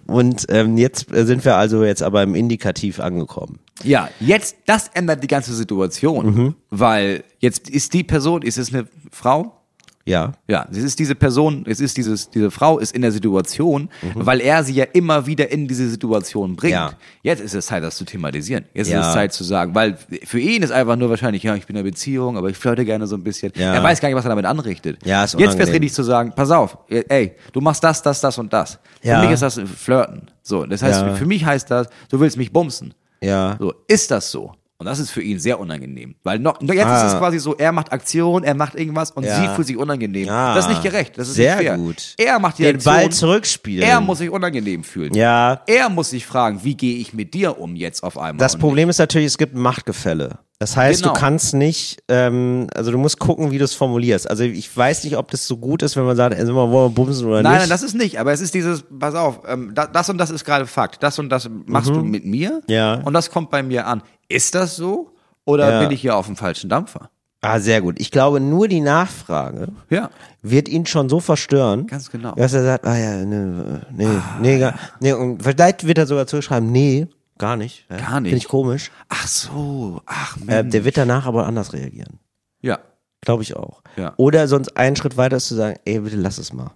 Und ähm, jetzt äh, sind wir also jetzt aber im Indikativ angekommen.
Ja, jetzt, das ändert die ganze Situation,
Mhm.
weil jetzt ist die Person, ist es eine Frau?
Ja.
Ja, es ist diese Person, es ist dieses, diese Frau ist in der Situation, weil er sie ja immer wieder in diese Situation bringt.
Mhm. Ja.
Jetzt ist es Zeit, das zu thematisieren. Jetzt
Ja.
ist es Zeit zu sagen, weil für ihn ist einfach nur wahrscheinlich, ja, ich bin in einer Beziehung, aber ich flirte gerne so ein bisschen.
Ja.
Er weiß gar nicht, was er damit anrichtet.
Ja, ist
Jetzt wäre es
unangenehm.
richtig zu sagen, pass auf, ey, du machst das, das, das und das.
Ja.
Für mich ist das Flirten. So, das heißt,
Ja.
für mich heißt das, du willst mich bumsen.
Ja.
So, ist das so? Und das ist für ihn sehr unangenehm. Weil noch, noch jetzt ist
Ah.
es quasi so, er macht Aktion, er macht irgendwas und
Ja.
sie fühlt sich unangenehm.
Ah.
Das ist nicht gerecht, das ist
Sehr
nicht fair.
gut.
Er macht die
Den
Aktion,
Ball zurückspielen.
er muss sich unangenehm fühlen.
Ja.
Er muss sich fragen, wie gehe ich mit dir um jetzt auf einmal?
Das
Und
Problem ist natürlich, es gibt ein Machtgefälle. Das heißt,
Genau.
du kannst nicht, ähm, also du musst gucken, wie du es formulierst. Also ich weiß nicht, ob das so gut ist, wenn man sagt, ey, sag mal, wollen wir bumsen oder
Nein,
nicht.
nein, das ist nicht. Aber es ist dieses, pass auf, ähm, da, das und das ist gerade Fakt. Das und das machst du mit mir
Mhm. Ja.
und das kommt bei mir an. Ist das so? Oder
Ja.
bin ich hier auf dem falschen Dampfer?
ah, sehr gut. Ich glaube, nur die Nachfrage
Ja.
wird ihn schon so verstören,
Ganz genau.
dass er sagt, ah ja, nee, nee, nee, gar, nee. Und vielleicht wird er sogar zuschreiben, nee, gar nicht. Ja,
Gar nicht.
Finde ich komisch.
Ach so, ach
Äh,
Mensch.
der wird danach aber anders reagieren.
ja.
Glaube ich auch.
Ja.
Oder sonst einen Schritt weiter ist zu sagen, ey, bitte lass es mal.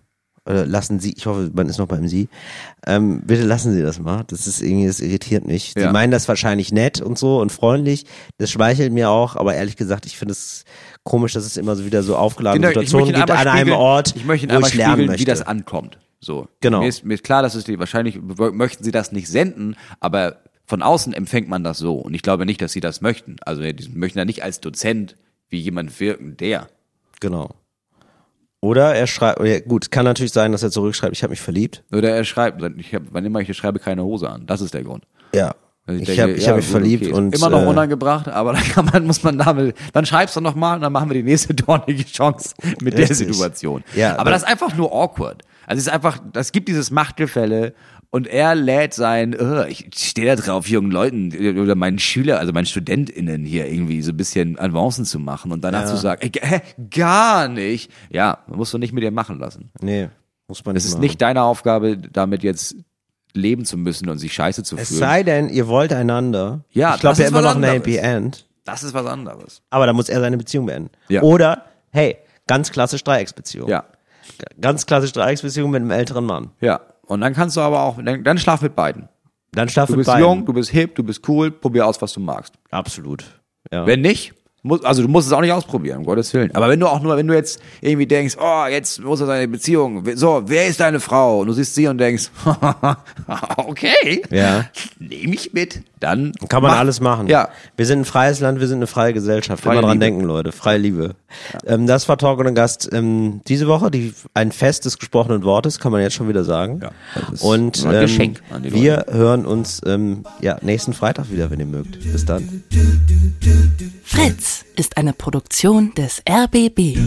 Oder lassen Sie, ich hoffe, man ist noch beim Sie. Ähm, bitte lassen Sie das mal. Das ist irgendwie, das irritiert mich. Sie
Ja.
meinen das wahrscheinlich nett und so und freundlich. Das schmeichelt mir auch, aber ehrlich gesagt, ich finde es komisch, dass es immer so wieder so aufgeladene
Genau,
Situationen
ihn
gibt an
einmal
einem
spiegeln-
Ort,
ich möchte ihn
wo
einmal
ich lernen
spiegeln,
möchte.
wie das ankommt. So.
Genau.
Mir ist, mir ist klar, dass es die, wahrscheinlich w- möchten sie das nicht senden, aber von außen empfängt man das so. Und ich glaube nicht, dass sie das möchten. Also die möchten da nicht als Dozent wie jemand wirken, der.
genau. Oder er schreibt, oder gut, kann natürlich sein, dass er zurückschreibt, ich habe mich verliebt.
Oder er schreibt, ich hab, wann immer ich hier schreibe, keine Hose an. Das ist der Grund.
Ja.
Also
Ich
denke,
habe ich
ja,
hab mich
gut,
verliebt
okay.
und
Immer noch
äh,
unangebracht, aber dann kann man, muss man damit, dann schreibst du nochmal und dann machen wir die nächste dornige Chance mit der
Richtig.
Situation.
Ja,
aber
dann-
das ist einfach nur awkward. Also es ist einfach, das gibt dieses Machtgefälle Und er lädt sein, oh, ich stehe da drauf, jungen Leuten äh, oder meinen Schüler, also meinen StudentInnen hier irgendwie so ein bisschen Avancen zu machen und danach zu sagen, ey, hä, gar nicht. Ja, musst du nicht mit dir machen lassen.
Nee, muss man
Es ist nicht deine Aufgabe, damit jetzt leben zu müssen und sich scheiße zu
Es
fühlen.
sei denn, ihr wollt einander.
Ja,
ich glaube
das
ja
ist
immer
was
noch ein
anderes.
Happy End.
das ist was anderes.
Aber da muss er seine Beziehung beenden.
Ja.
Oder, hey, ganz klassisch Dreiecksbeziehung.
Ja,
G- Ganz klassisch Dreiecksbeziehung mit einem älteren Mann.
ja. Und dann kannst du aber auch, dann, dann schlaf mit beiden.
Dann schlaf
Du
mit
bist
beiden.
jung, du bist hip, du bist cool, probier aus, was du magst.
Absolut. Ja.
Wenn nicht, muss, also du musst es auch nicht ausprobieren, um Gottes Willen. Aber wenn du auch nur, wenn du jetzt irgendwie denkst, oh, jetzt muss er seine Beziehung, so, wer ist deine Frau? Und du siehst sie und denkst, okay,
Ja.
nehme ich mit, dann
Kann man
mach-
alles machen.
Ja.
Wir sind ein freies Land, wir sind eine freie Gesellschaft.
Freie
Immer dran
Liebe.
denken, Leute. Freie Liebe. Ähm, das war Talk und ein Gast ähm, diese Woche. Die, ein Fest des gesprochenen Wortes, kann man jetzt schon wieder sagen.
Ja, das ist
und
ein
ähm,
Geschenk an die Leute.
wir hören uns ähm, ja, nächsten Freitag wieder, wenn ihr mögt. Bis dann.
Fritz ist eine Produktion des RBB.